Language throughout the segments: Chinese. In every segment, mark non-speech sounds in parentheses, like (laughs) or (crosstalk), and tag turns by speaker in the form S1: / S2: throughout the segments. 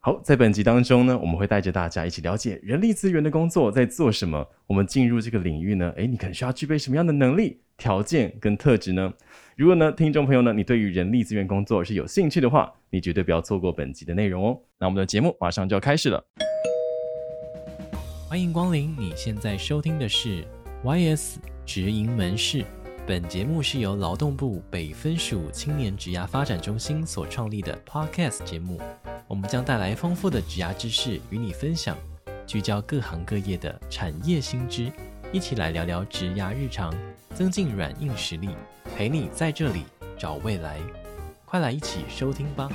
S1: 好，在本集当中呢，我们会带着大家一起了解人力资源的工作在做什么。我们进入这个领域呢，诶，你可能需要具备什么样的能力、条件跟特质呢？如果呢，听众朋友呢，你对于人力资源工作是有兴趣的话，你绝对不要错过本集的内容哦。那我们的节目马上就要开始了。
S2: 欢迎光临，你现在收听的是 YS 直营门市。本节目是由劳动部北分署青年职涯发展中心所创立的 Podcast 节目，我们将带来丰富的职涯知识与你分享，聚焦各行各业的产业新知，一起来聊聊职涯日常，增进软硬实力，陪你在这里找未来。快来一起收听吧！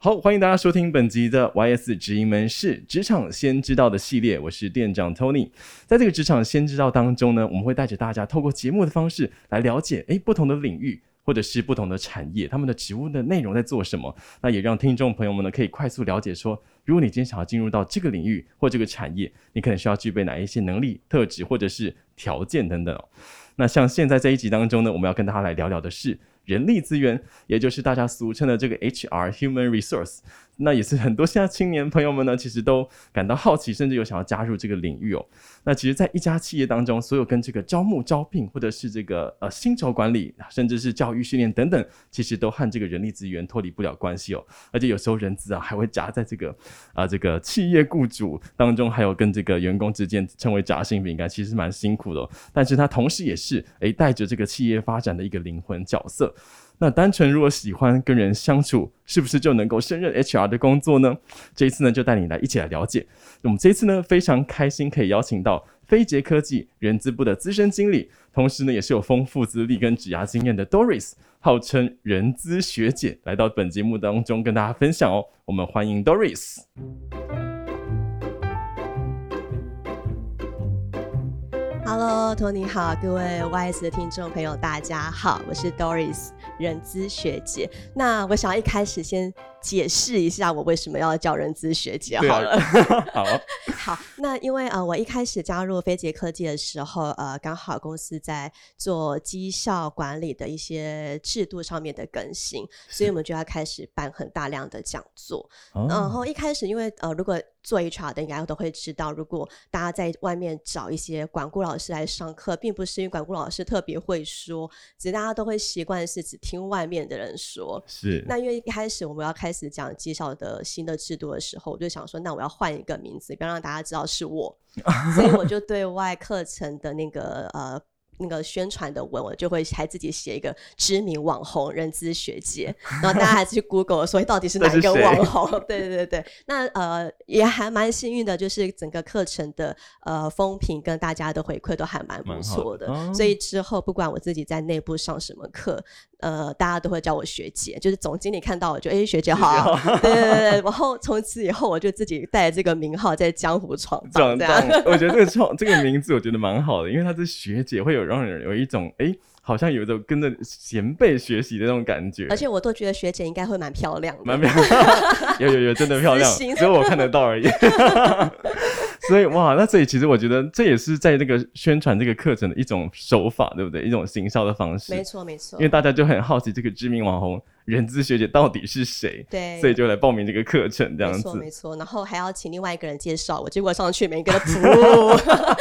S1: 好，欢迎大家收听本集的 YS 直营门市职场先知道的系列，我是店长 Tony。在这个职场先知道当中呢，我们会带着大家透过节目的方式来了解，诶，不同的领域或者是不同的产业，他们的职务的内容在做什么，那也让听众朋友们呢可以快速了解说，如果你今天想要进入到这个领域或这个产业，你可能需要具备哪一些能力、特质或者是条件等等哦、那像现在这一集当中呢，我们要跟大家来聊聊的是人力资源，也就是大家俗称的这个 HR human resource。那也是很多现在青年朋友们呢，其实都感到好奇，甚至有想要加入这个领域哦。那其实，在一家企业当中，所有跟这个招募、招聘，或者是这个呃薪酬管理，甚至是教育训练等等，其实都和这个人力资源脱离不了关系哦。而且有时候人资啊，还会夹在这个啊、这个企业雇主当中，还有跟这个员工之间成为夹心饼干，其实蛮辛苦的哦、但是它同时也是诶带着这个企业发展的一个灵魂角色。那单纯如果喜欢跟人相处，是不是就能够胜任 HR 的工作呢？这一次呢，就带你来一起来了解。那我们这一次呢，非常开心可以邀请到飞捷科技人资部的资深经理，同时呢，也是有丰富资历跟职涯经验的 Doris，号称人资学姐，来到本节目当中跟大家分享哦。我们欢迎 Doris。
S3: Hello，托尼好，各位 YS 的听众朋友，大家好，我是 Doris 人资学姐。那我想要一开始先解释一下我为什么要叫人资学姐
S1: 啊
S3: 好了。
S1: (laughs)
S3: (laughs)
S1: 好，
S3: 好，那因为呃，我一开始加入飞捷科技的时候，呃，刚好公司在做绩效管理的一些制度上面的更新，所以我们就要开始办很大量的讲座。然
S1: 哦，
S3: 嗯后一开始，因为呃，如果做 HR 的应该都会知道，如果大家在外面找一些管顾老师来上课，并不是因为管顾老师特别会说，只是大家都会习惯是只听外面的人说。
S1: 是，
S3: 那因为一开始我们要开始讲绩效的新的制度的时候，我就想说，那我要换一个名字，不要让大家知道
S1: (laughs)
S3: 是我，所以我就对外课程的那个呃。那个宣传的文，我就会还自己写一个知名网红人资学姐，然后大家还是去 Google 说到底是哪一个
S1: (laughs) 那是谁
S3: 网红？对对对对，那呃也还蛮幸运的，就是整个课程的呃风评跟大家的回馈都还蛮不
S1: 蛮好
S3: 错
S1: 的
S3: 的，
S1: 哦
S3: 所以之后不管我自己在内部上什么课，呃，大家都会叫我学姐，就是总经理看到我就哎、学姐好，对对对对，然后从此以后我就自己带这个名号在江湖闯
S1: 长
S3: 荡，这样
S1: 大，我觉得这个创这个名字我觉得蛮好的，因为她是学姐，会有让人有一种诶，好像有一种跟着前辈学习的那种感觉，
S3: 而且我都觉得学姐应该会蛮漂亮的，
S1: 蛮漂亮，
S3: (laughs)
S1: 有有有，真的漂亮，
S3: 私心
S1: 只有我看得到而已。 (laughs) 所以哇，那这里其实我觉得这也是在那个宣传这个课程的一种手法，对不对？一种行销的方式，
S3: 没错没错
S1: 因为，大家就很好奇这个知名网红人资学姐到底是谁，
S3: 对，
S1: 所以就来报名这个课程这样
S3: 没错
S1: 子
S3: 没。错，然后还要请另外一个人介绍我，结果上去每个人 (laughs) 噗，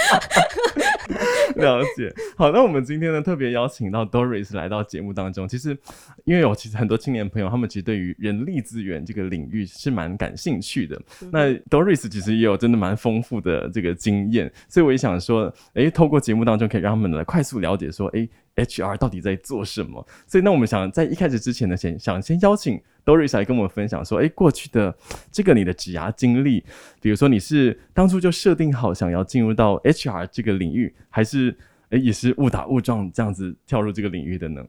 S1: 了解。好，那我们今天呢特别邀请到 Doris 来到节目当中。其实，因为有其实很多青年朋友，他们其实对于人力资源这个领域是蛮感兴趣的。那 Doris 其实也有真的蛮丰富的这个经验，所以我也想说，诶，透过节目当中可以让他们来快速了解说，诶 HR 到底在做什么？所以，那我们想在一开始之前呢，先想先邀请 Doris 来跟我们分享说，诶，过去的这个你的职涯经历，比如说你是当初就设定好想要进入到 HR 这个领域，还是诶也是误打误撞这样子跳入这个领域的呢？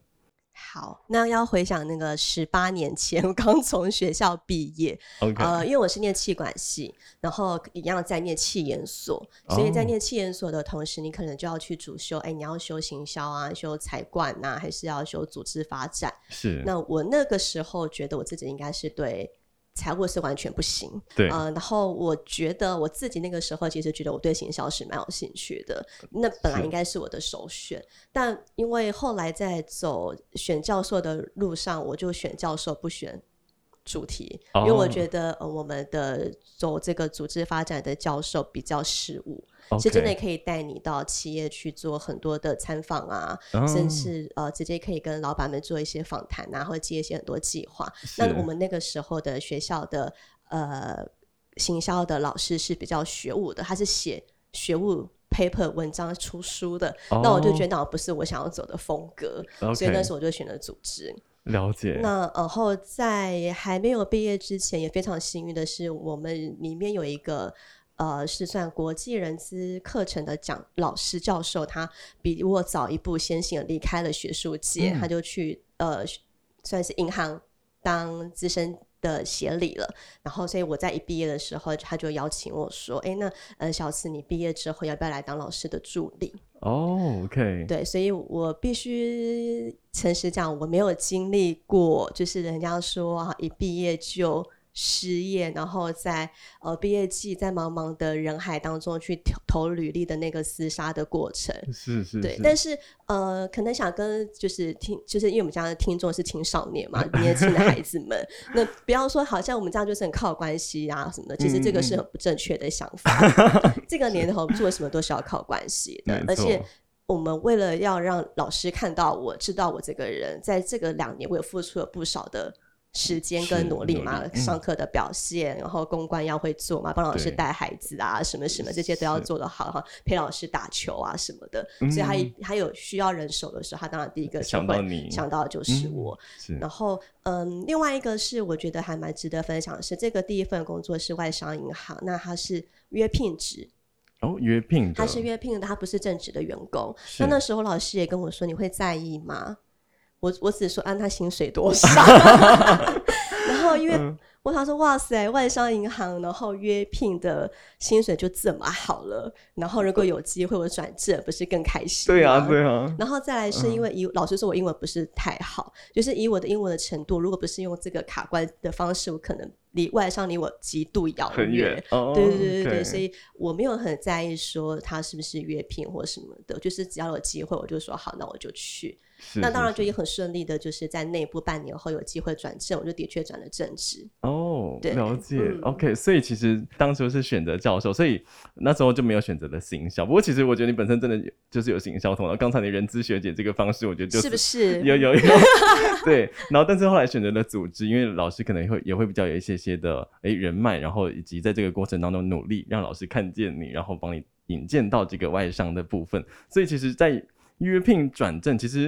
S3: 好，那要回想那个十八年前，我刚从学校毕业，
S1: OK，、
S3: 呃，因为我是念气管系，然后一样在念气研所，所以在
S1: 哦
S3: 念气研所的同时，你可能就要去主修，哎，你要修行销啊，修财管呐、还是要修组织发展？
S1: 是，
S3: 那我那个时候觉得我自己应该是对财务是完全不行，
S1: 对，
S3: 呃，然后我觉得我自己那个时候其实觉得我对行销是蛮有兴趣的，那本来
S1: 嗯是
S3: 应该是我的首选，但因为后来在走选教授的路上，我就选教授不选主题，
S1: 哦
S3: 因为我觉得呃我们的走这个组织发展的教授比较实务，是真的
S1: OK
S3: 可以带你到企业去做很多的参访啊，
S1: 哦
S3: 甚至呃直接可以跟老板们做一些访谈啊，或接一些很多计划。
S1: 是
S3: 那我们那个时候的学校的呃行销的老师是比较学务的，他是写学务 paper 文章出书的，那我就觉得那不是我想要走的风格，
S1: 哦 OK
S3: 所以那时候我就选了组织。
S1: 了解，
S3: 那然后在还没有毕业之前，也非常幸运的是，我们里面有一个呃是算国际人资课程的讲老师教授，他比我早一步先行地离开了学术界，
S1: 嗯
S3: 他就去呃算是银行当资深。的协理了，然后所以我在一毕业的时候，他就邀请我说：“哎，那呃，小慈，你毕业之后要不要来当老师的助理？”
S1: 哦，OK，
S3: 对，所以我必须诚实讲，我没有经历过，就是人家说啊，一毕业就失业，然后在呃毕业季在茫茫的人海当中去投投履历的那个厮杀的过程。
S1: 是嗯是
S3: 对
S1: 是，
S3: 但是呃，可能想跟就是听，就是因为我们家的听众是青少年嘛，年轻的孩子
S1: (laughs)
S3: 们，那不要说好像我们这样就是很靠关系啊什么的，其
S1: 嗯
S3: 实这个是很不正确的想
S1: (laughs)
S3: 法。这个年头做什么都是要靠关系的
S1: 没，
S3: 呃而且
S1: 错。
S3: 我们为了要让老师看到我，知道我这个人，在这个两年，我也付出了不少的时间
S1: 是
S3: 跟努力嘛
S1: 努力，嗯
S3: 上课的表现，然后公关要会做嘛，帮老师
S1: 对
S3: 带孩子啊，什么什么这些都要
S1: 是
S3: 做得好哈，陪老师打球啊什么的。所以他一他有需要人手的时候，他当然第一个就
S1: 嗯想到
S3: 会
S1: 你嗯
S3: 想到的就是我。
S1: 是
S3: 然后，嗯，另外一个是我觉得还蛮值得分享的是，这个第一份工作是外商银行，那它是约聘制，
S1: 哦约聘的，
S3: 他是约聘的，他不是正职的员工。
S1: 是
S3: 那那时候老师也跟我说：“你会在意吗？”我我只说按他薪水
S1: (laughs)
S3: 多少，然后因为
S1: 嗯
S3: 我想说，哇塞，外商银行，然后约聘的薪水就这么好了，然后如果有机会我转正，不是更开心？
S1: 对啊对啊，
S3: 然后再来是因为以、老师说我英文不是太好，就是以我的英文的程度，如果不是用这个卡关的方式，我可能离外商离我极度遥
S1: 很远，哦
S3: 对对对对对，
S1: OK
S3: 所以我没有很在意说他是不是约聘或什么的，就是只要有机会我就说好，那我就去。
S1: 是
S3: 那当然
S1: 是
S3: 就也很顺利的，就是在内部半年后有机会转正，我就的确转了正职。
S1: 哦，
S3: 对
S1: 了解、
S3: 嗯
S1: OK，所以其实当时是选择教授，所以那时候就没有选择的行销。不过其实我觉得你本身真的就是有行销头脑。刚才你人资学姐这个方式，我觉得就是
S3: 不是？
S1: 有 (laughs) 有有，对。然后但是后来选择了组织，因为老师可能会也会比较有一些些的诶人脉，然后以及在这个过程当中努力，让老师看见你，然后帮你引荐到这个外商的部分。所以其实，在约聘转正，其实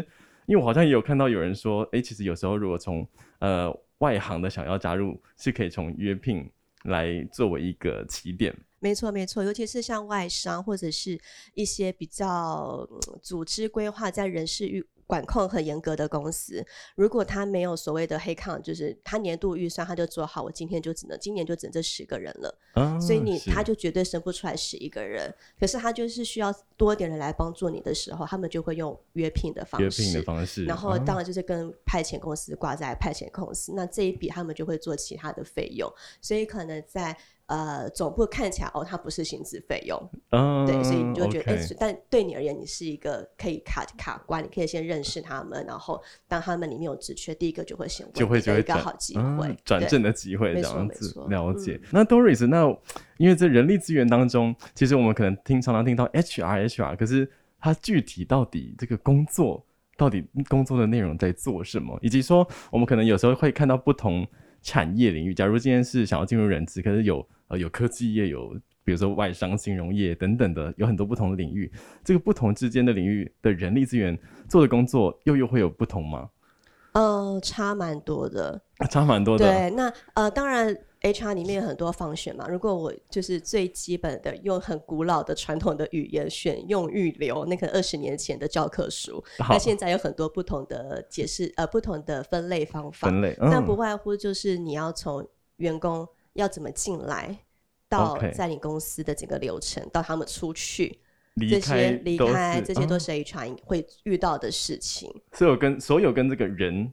S1: 因为我好像也有看到有人说，诶，其实有时候如果从呃外行的想要加入，是可以从约聘来作为一个起点。
S3: 没错，没错，尤其是像外商或者是一些比较嗯组织规划在人事预管控很严格的公司，如果他没有所谓的黑抗，就是他年度预算他就做好，我今天就只能今年就只能这十个人了，
S1: 啊
S3: 所以你
S1: 是
S3: 他就绝对生不出来十一个人，可是他就是需要多一点人来帮助你的时候，他们就会用约聘的方
S1: 约聘的
S3: 式。
S1: 方式，
S3: 然后
S1: 啊
S3: 当然就是跟派遣公司挂在派遣公司，那这一笔他们就会做其他的费用，所以可能在呃总部看起来哦，它不是薪资费用，
S1: 嗯
S3: 对，所以你就觉得，哎
S1: OK
S3: 是但对你而言，你是一个可以卡卡关，你可以先认识他们，然后当他们里面有职缺，第一个就会先问
S1: 就会
S3: 你
S1: 就
S3: 的
S1: 会
S3: 一个
S1: 转
S3: 好机
S1: 嗯
S3: 会，
S1: 转
S3: 对
S1: 正的机会这
S3: 没错
S1: 样
S3: 没
S1: 子
S3: 错嗯
S1: 了解。那 Doris，那因为在人力资源当中，其实我们可能听常常听到 HR HR，可是它具体到底这个工作到底工作的内容在做什么，以及说我们可能有时候会看到不同产业领域，假如今天是想要进入人资，可是有呃有科技业有。比如说外商、金融业等等的，有很多不同的领域。这个不同之间的领域的人力资源做的工作，又又会有不同吗？ (laughs)
S3: 呃，差蛮多的。
S1: 啊差蛮多的。
S3: 对，那呃，当然 HR 里面有很多方选嘛。如果我就是最基本的用很古老的传统的语言选用预留，那个二十年前的教科书，
S1: 好
S3: 那现在有很多不同的解释，呃，不同的分类方法。
S1: 分类，
S3: 那
S1: 嗯
S3: 不外乎就是你要从员工要怎么进来，到
S1: OK
S3: 在你公司的整个流程，到他们出去，
S1: 离
S3: 这些
S1: 开
S3: 离
S1: 都
S3: 开，
S1: 是
S3: 这些都
S1: 嗯
S3: 是 HR 会遇到的事情。
S1: 所有跟所有跟这个人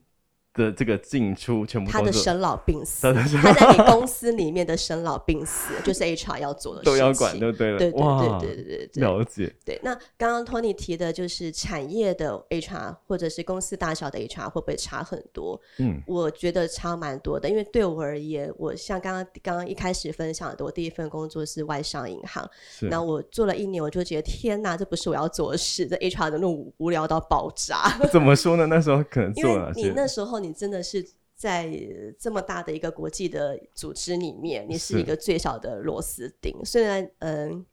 S1: 的这个进出全部
S3: 他
S1: 都
S3: 的
S1: 是
S3: 生老病死，
S1: 他的生
S3: 他在你公司里面的生老病死，就是 HR 要做的事情，
S1: 都要管，对不对了？
S3: 对对
S1: 哇
S3: 对对对对对
S1: 了解，
S3: 对，那刚刚 Tony 提的就是产业的 HR 或者是公司大小的 HR 会不会差很多？
S1: 嗯
S3: 我觉得差蛮多的，因为对我而言，我像刚刚刚刚一开始分享的，我第一份工作是外商银行，
S1: 是。
S3: 那我做了一年，我就觉得天哪，这不是我要做的事，这 HR 的路无聊到爆炸，
S1: 怎么说呢？那时候可能
S3: 因
S1: 做
S3: 为
S1: 了哪
S3: 你
S1: 些
S3: 那时候你真的是。在呃这么大的一个国际的组织里面，你是
S1: 是
S3: 一个最小的螺丝钉。虽然，嗯、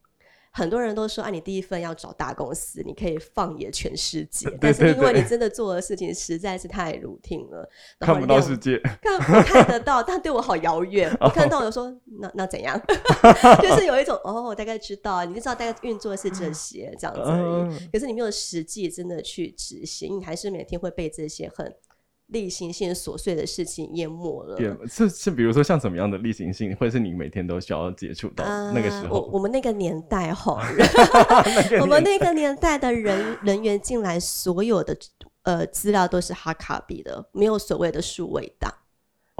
S3: 很多人都说啊，你第一份要找大公司，你可以放眼全世界，但是
S1: 对
S3: 因为
S1: 对
S3: 你真的做的事情实在是太 routine 了，然后
S1: 看不到哦
S3: 量
S1: 世界， (laughs)
S3: 看我看得到，但对我好遥远。我看到我就说，那那怎样？ (laughs) 就是有一种哦，我大概知道，你就知道大概运作是这些这样子而已。
S1: 嗯
S3: 可是你没有实际真的去执行，你还是每天会被这些很例行性琐碎的事情淹没了。
S1: 也是是，比如说像什么样的例行性，或者是你每天都需要接触到
S3: 啊，
S1: 那个时
S3: 我
S1: 候，
S3: 我们那个年
S1: (laughs)
S3: 代吼，
S1: 那
S3: 我
S1: 个年
S3: 们那个年代的人人员进来，所有的呃资料都是哈卡比的，没有所谓的数位档。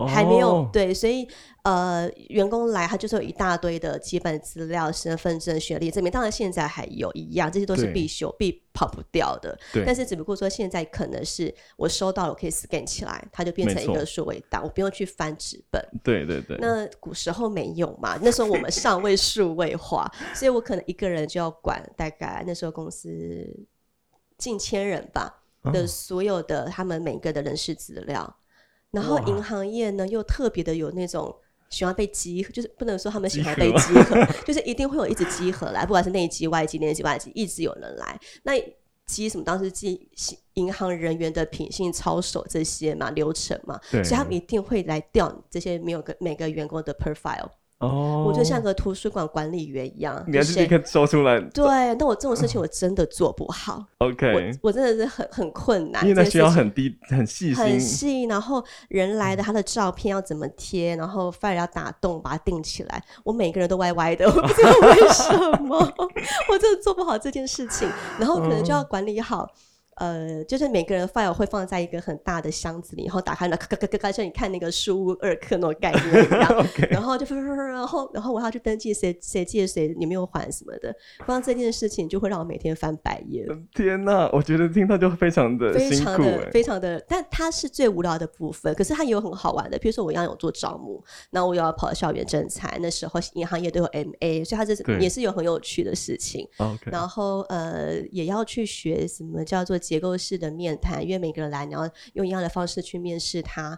S3: 还没有
S1: 哦
S3: 对，所以呃，员工来他就是有一大堆的基本资料、身份证、学历证明，当然现在还有一样，这些都是
S1: 对
S3: 必修、必跑不掉的。
S1: 对
S3: 但是只不过说现在可能是我收到了，我可以 scan 起来，它就变
S1: 没
S3: 成一
S1: 错
S3: 个数位档，我不用去翻纸本。
S1: 对对对，
S3: 那古时候没有嘛，那时候我们尚未数位
S1: (laughs)
S3: 化，所以我可能一个人就要管大概那时候公司近千人吧的
S1: 哦
S3: 所有的他们每个的人事资料，然后
S1: 哇
S3: 银行业呢又特别的有那种。喜欢被集，就是不能说他们喜欢
S1: 集合
S3: 被集
S1: (laughs)
S3: 合，就是一定会有一直集合来，不管是内集、外集、内集、外集，一直有人来。那集什么？当时集银行人员的品性、操守这些嘛，流程嘛，
S1: 对
S3: 所以他们一定会来调你这些没有个每个员工的 profile，、
S1: 哦，
S3: 我就像个图书馆管理员一样，
S1: 你还
S3: 就是
S1: 立刻说出来
S3: 对，那我这种事情我真的做不
S1: (laughs)
S3: 好，
S1: ，OK，
S3: 我我真的是很很困难，
S1: 因为那
S3: 这件
S1: 需要
S3: 事情
S1: 很低很细
S3: 很
S1: 心，嗯
S3: 细，然后人来的他的照片要怎么贴，然后 file 要打洞，把它定起来。我每个人都歪歪的，我不知道
S1: (laughs)
S3: 为什么，我真的做不好这件事情。然后可能就
S1: 嗯
S3: 要管理好，呃，就是每个人 file 会放在一个很大的箱子里，然后打开了，咔咔咔咔咔，像你看那个书屋二课那种概念一
S1: (laughs)
S3: 样。然后就，然后然后我还要去登记谁谁借谁，你没有还什么的。光这件事情就会让我每天翻白眼。
S1: (laughs) 天哪，我觉得听到就非常的
S3: 非
S1: 辛
S3: 常
S1: 苦
S3: 的
S1: 哎，
S3: 非常的，但它是最无聊的部分，可是它也有很好玩的。比如说我一样有做招募，那我又要跑校园征才，那时候银行业都有 MA，所以它这是
S1: 对
S3: 也是有很有趣的事情。
S1: OK，
S3: 然后呃，也要去学什么叫做结构式的面谈，因为每个人来，你要用一样的方式去面试他。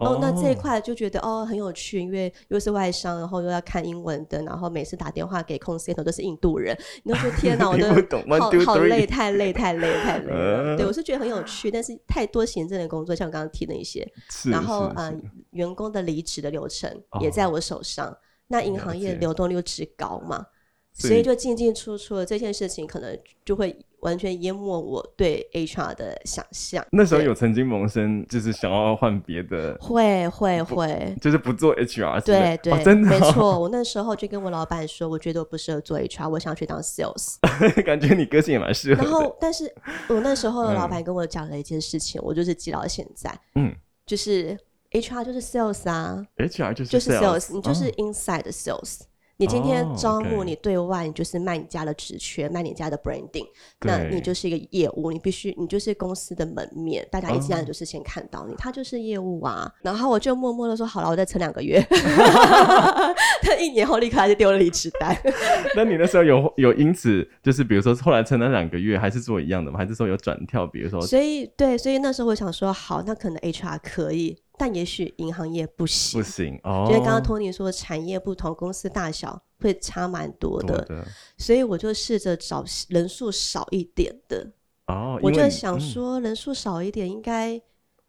S3: 哦，那这一块就觉得哦很有趣，因为又是外商，然后又要看英文的，然后每次打电话给 call center 都是印度人，你都觉得天哪，我
S1: (laughs) 听
S3: 都
S1: 不懂，one,
S3: 好
S1: two,
S3: 好
S1: three
S3: 累，太累，太累，太累
S1: 呃
S3: 了。对我是觉得很有趣，但是太多行政的工作，像我刚刚提的一些，
S1: 是，
S3: 然后
S1: 是
S3: 呃
S1: 是，
S3: 员工的离职的流程
S1: 哦
S3: 也在我手上。那银行
S1: 了
S3: 业
S1: 解
S3: 流动率值高嘛，
S1: 所
S3: 所
S1: 以
S3: 以就进进出出的这件事情，可能就会完全淹没我对 HR 的想象。
S1: 那时候
S3: 对
S1: 有曾经萌生就是想要换别的，
S3: 会会会。
S1: 就是不做 HR，之类
S3: 对
S1: 的
S3: 对、
S1: 哦真的
S3: 没
S1: 哦
S3: 错。我那时候就跟我老板说，我觉得我不适合做 HR，我想去当 sales。
S1: (laughs) 感觉你个性也蛮适合的，
S3: 然后，但是我那时候的老板跟我讲了一件事情，我就是记到现在，
S1: 嗯
S3: 就是 HR 就是 sales 啊，
S1: ，HR 就是
S3: 就是
S1: sales，嗯
S3: sales，你就是 inside 的 sales。你今天
S1: 哦
S3: 招募，
S1: ，OK
S3: 你对外你就是卖你家的职缺，卖你家的 branding，那
S1: 对
S3: 你就是一个业务，你必须你就是公司的门面，大家一进
S1: 哦
S3: 来就是先看到你，他就是业务啊。然后我就默默的说，好了，我再撑两
S1: (laughs)
S3: 个月， (laughs) 但一年后立刻他就丢了离职单。
S1: 那你那时候有有因此就是比如说后来撑了两个月，还是做一样的吗？还是说有转跳？比如说
S3: 所以对，所以那时候我想说，好，那可能 HR 可以，但也许银行业不行
S1: 不。行哦，
S3: 因为刚刚托尼说产业不同，公司大小会差蛮多
S1: 多
S3: 的，
S1: 的
S3: 所以我就试着找人数少一点的。
S1: 哦，
S3: 我
S1: 因为
S3: 就
S1: 你
S3: 想
S1: 嗯
S3: 说，人数少一点应该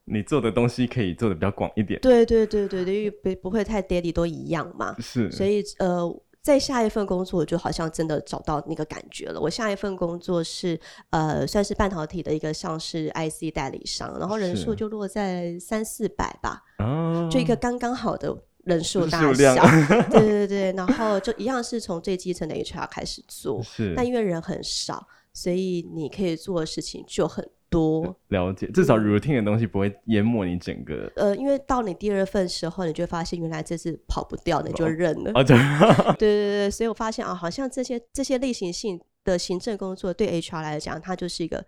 S1: 你做的东西可以做的比较广一点，
S3: 对对对对对，因为不不会太 daily 都一样嘛。
S1: 是，
S3: 所以呃，在下一份工作，我就好像真的找到那个感觉了。我下一份工作是呃，算是半导体的一个像是 IC 代理商，然后人数
S1: 是
S3: 就落在三四百吧。
S1: 哦，
S3: 就一个刚刚好的人数
S1: 数
S3: 大
S1: 量
S3: 小，
S1: (laughs)
S3: 对对对，然后就一样是从最基层的 HR 开始做，
S1: 是
S3: 但因为人很少，所以你可以做的事情就很嗯多。
S1: 了解，至少 routine 的东西不会淹没你整个。
S3: 呃，因为到你第二份时候，你就会发现原来这次跑不掉，你就认了。
S1: 哦，
S3: (laughs)
S1: 对，
S3: 对对对，所以我发现啊，好像这些这些类型性的行政工作对 HR 来讲，它就是一个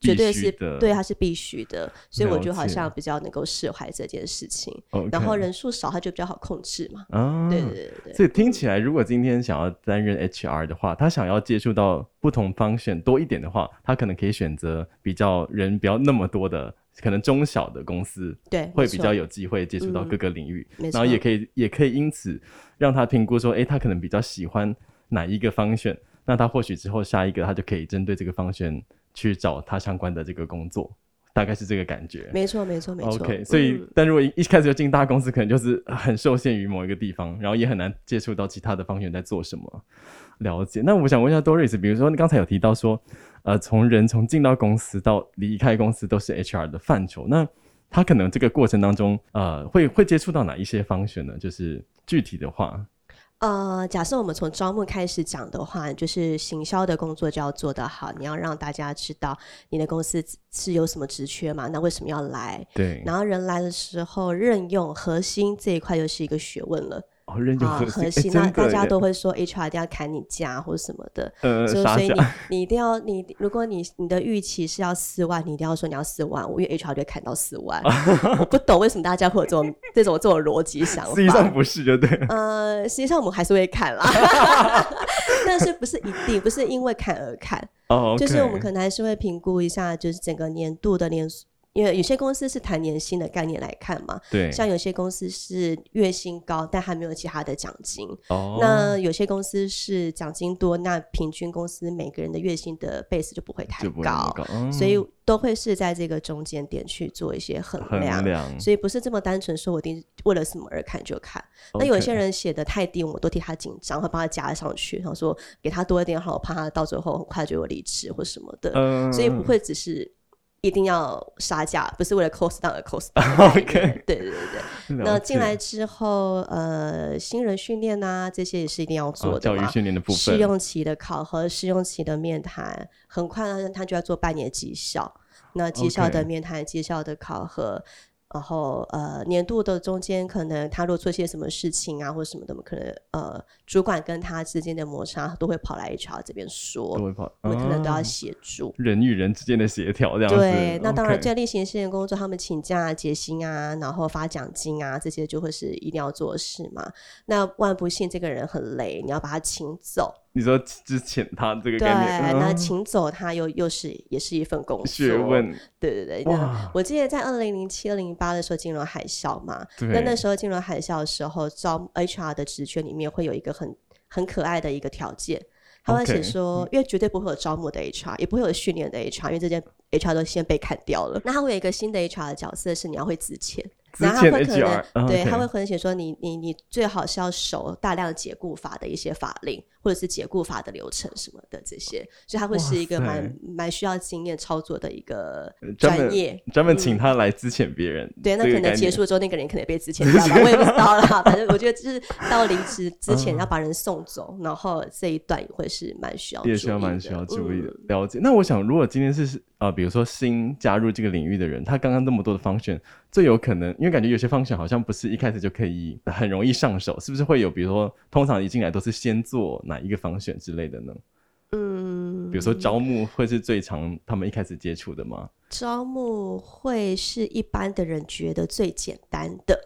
S3: 绝对
S1: 必须
S3: 是
S1: 的
S3: 对它是必须的，所以我
S1: 了
S3: 就好
S1: 解
S3: 像比较能够释怀这件事情。
S1: OK
S3: 然后人数少，它就比较好控制嘛。
S1: 啊，
S3: 对对对对
S1: 所以听起来，如果今天想要担任 HR 的话，他想要接触到不同 function 多一点的话，他可能可以选择比较人不要那么多的，可能中小的公司
S3: 对，
S1: 会
S3: 没
S1: 比
S3: 错嗯
S1: 较有机会接触到各个领域，
S3: 没
S1: 然后也
S3: 错
S1: 可以也可以因此让他评估说，诶，他可能比较喜欢哪一个 function，那他或许之后下一个他就可以针对这个 function 去找他相关的这个工作，大概是这个感觉。
S3: 没错没错没错。
S1: OK，所以、
S3: 嗯
S1: 但如果一一开始就进大公司，可能就是很受限于某一个地方，然后也很难接触到其他的方向在做什么。了解。那我想问一下 Doris，比如说你刚才有提到说，呃，从人从进到公司到离开公司都是 HR 的范畴，那他可能这个过程当中，呃，会会接触到哪一些方选呢？就是具体的话，
S3: 呃，假设我们从招募开始讲的话，就是行销的工作就要做得好，你要让大家知道你的公司是有什么职缺嘛，那为什么要来？
S1: 对，
S3: 然后人来的时候，任用核心这一块又是一个学问了
S1: 哦，任用
S3: 啊，
S1: 核心，
S3: 核
S1: 诶
S3: 心
S1: 真 (laughs)
S3: 那
S1: 的
S3: 大家
S1: 耶
S3: 都会说 HR 一定要砍你价或什么的，
S1: 呃
S3: 所以
S1: 傻
S3: 所以
S1: (laughs) 傻
S3: 你你一定要你如果你你的预期是要四万，你一定要说你要四万五，因为 HR 就会砍到四
S1: (laughs)
S3: 万，我不懂为什么大家会有这种这种这种逻辑想法，
S1: 实际上不是就对了，
S3: 呃，实际上我们还是会看啦，
S1: (laughs)
S3: 但是不是一定不是因为看而看，
S1: 哦，
S3: 就是我们
S1: OK
S3: 可能还是会评估一下，就是整个年度的年，因为有些公司是谈年薪的概念来看嘛，
S1: 对，
S3: 像有些公司是月薪高，但还没有其他的奖金，
S1: 哦，
S3: 那有些公司是奖金多，那平均公司每个人的月薪的 base 就不会太
S1: 就不会那么高，
S3: 高，
S1: 嗯
S3: 所以都会是在这个中间点去做一些衡
S1: 衡
S3: 量。
S1: 量
S3: 所以不是这么单纯说我一定为了什么而看就看。那有一些人写的太低，我都替他紧张，会帮他加上去，然后说给他多一点好，我怕他到最后很快就有离职或什么的。
S1: 嗯，
S3: 所以不会只是一定要杀价，不是为了 cost down 而 cost
S1: (laughs)
S3: down 的
S1: OK
S3: 概念。对对对对。那
S1: 嗯了
S3: 进来
S1: 解
S3: 之后，呃，新人训练啊，这些也是一定要做
S1: 哦
S3: 的
S1: 教育
S3: 嘛。
S1: 训练的部
S3: 试
S1: 分，
S3: 用期的考核、试用期的面谈，很快呢他就要做半年绩效。那绩效
S1: OK
S3: 的面谈、绩效的考核，然后呃年度的中间，可能他如果做些什么事情啊，或什么的，可能呃主管跟他之间的摩擦都会跑来 HR 这边
S1: 都
S3: 说，
S1: 会跑，
S3: 我们可能都要
S1: 啊
S3: 协助。
S1: 人与人之间的协调这样子。
S3: 对，那当然，
S1: 这
S3: 这例行性的工作，他们请假、结薪啊，然后发奖金啊，这些就会是一定要做的事嘛。那万不幸这个人很累，你要把他请走，
S1: 你说之前他这个
S3: 对，
S1: 概念，
S3: 那
S1: 嗯
S3: 请走他又又是也是一份工作，
S1: 学，问，
S3: 对对对。
S1: 哇
S3: 那我记得在二零零七、二零零八的时候金融海啸嘛，
S1: 对，
S3: 那那时候金融海啸的时候，招 HR 的职缺里面会有一个很很可爱的一个条件，他会
S1: OK，嗯
S3: 写说因为绝对不会有招募的 HR，也不会有训练的 HR，因为这件 HR 都先被砍掉了。那他会有一个新的 HR 的角色是你要会自遣。
S1: 之
S3: 然后他
S1: 前
S3: 会可
S1: HR，
S3: 能
S1: 嗯
S3: 对，
S1: ，OK
S3: 他会可能写说你你你最好是要熟大量解雇法的一些法令，或者是解雇法的流程什么的这些，所以他会是一个
S1: 哇塞
S3: 蛮蛮需要经验操作的一个
S1: 呃专门
S3: 专业。嗯
S1: 专门请他来之前别人，
S3: 对，那
S1: 这个
S3: 可能
S1: 概
S3: 结
S1: 念
S3: 束之后，那个人可能被之前
S1: (laughs)
S3: 掉了，我也不知道啦。反正我觉得就是到离职之前
S1: 嗯
S3: 要把人送走，然后这一段也会是蛮需要注意
S1: 也
S3: 的，
S1: 是要蛮需要注意的
S3: 嗯。
S1: 了解。那我想，如果今天是呃，比如说新加入这个领域的人，他刚刚那么多的 function，最有可能，因为感觉有些 function 好像不是一开始就可以很容易上手，是不是会有比如说通常一进来都是先做哪一个 function 之类的呢？
S3: 嗯，
S1: 比如说招募会是最常他们一开始接触的吗？
S3: 招募会是一般的人觉得最简单的，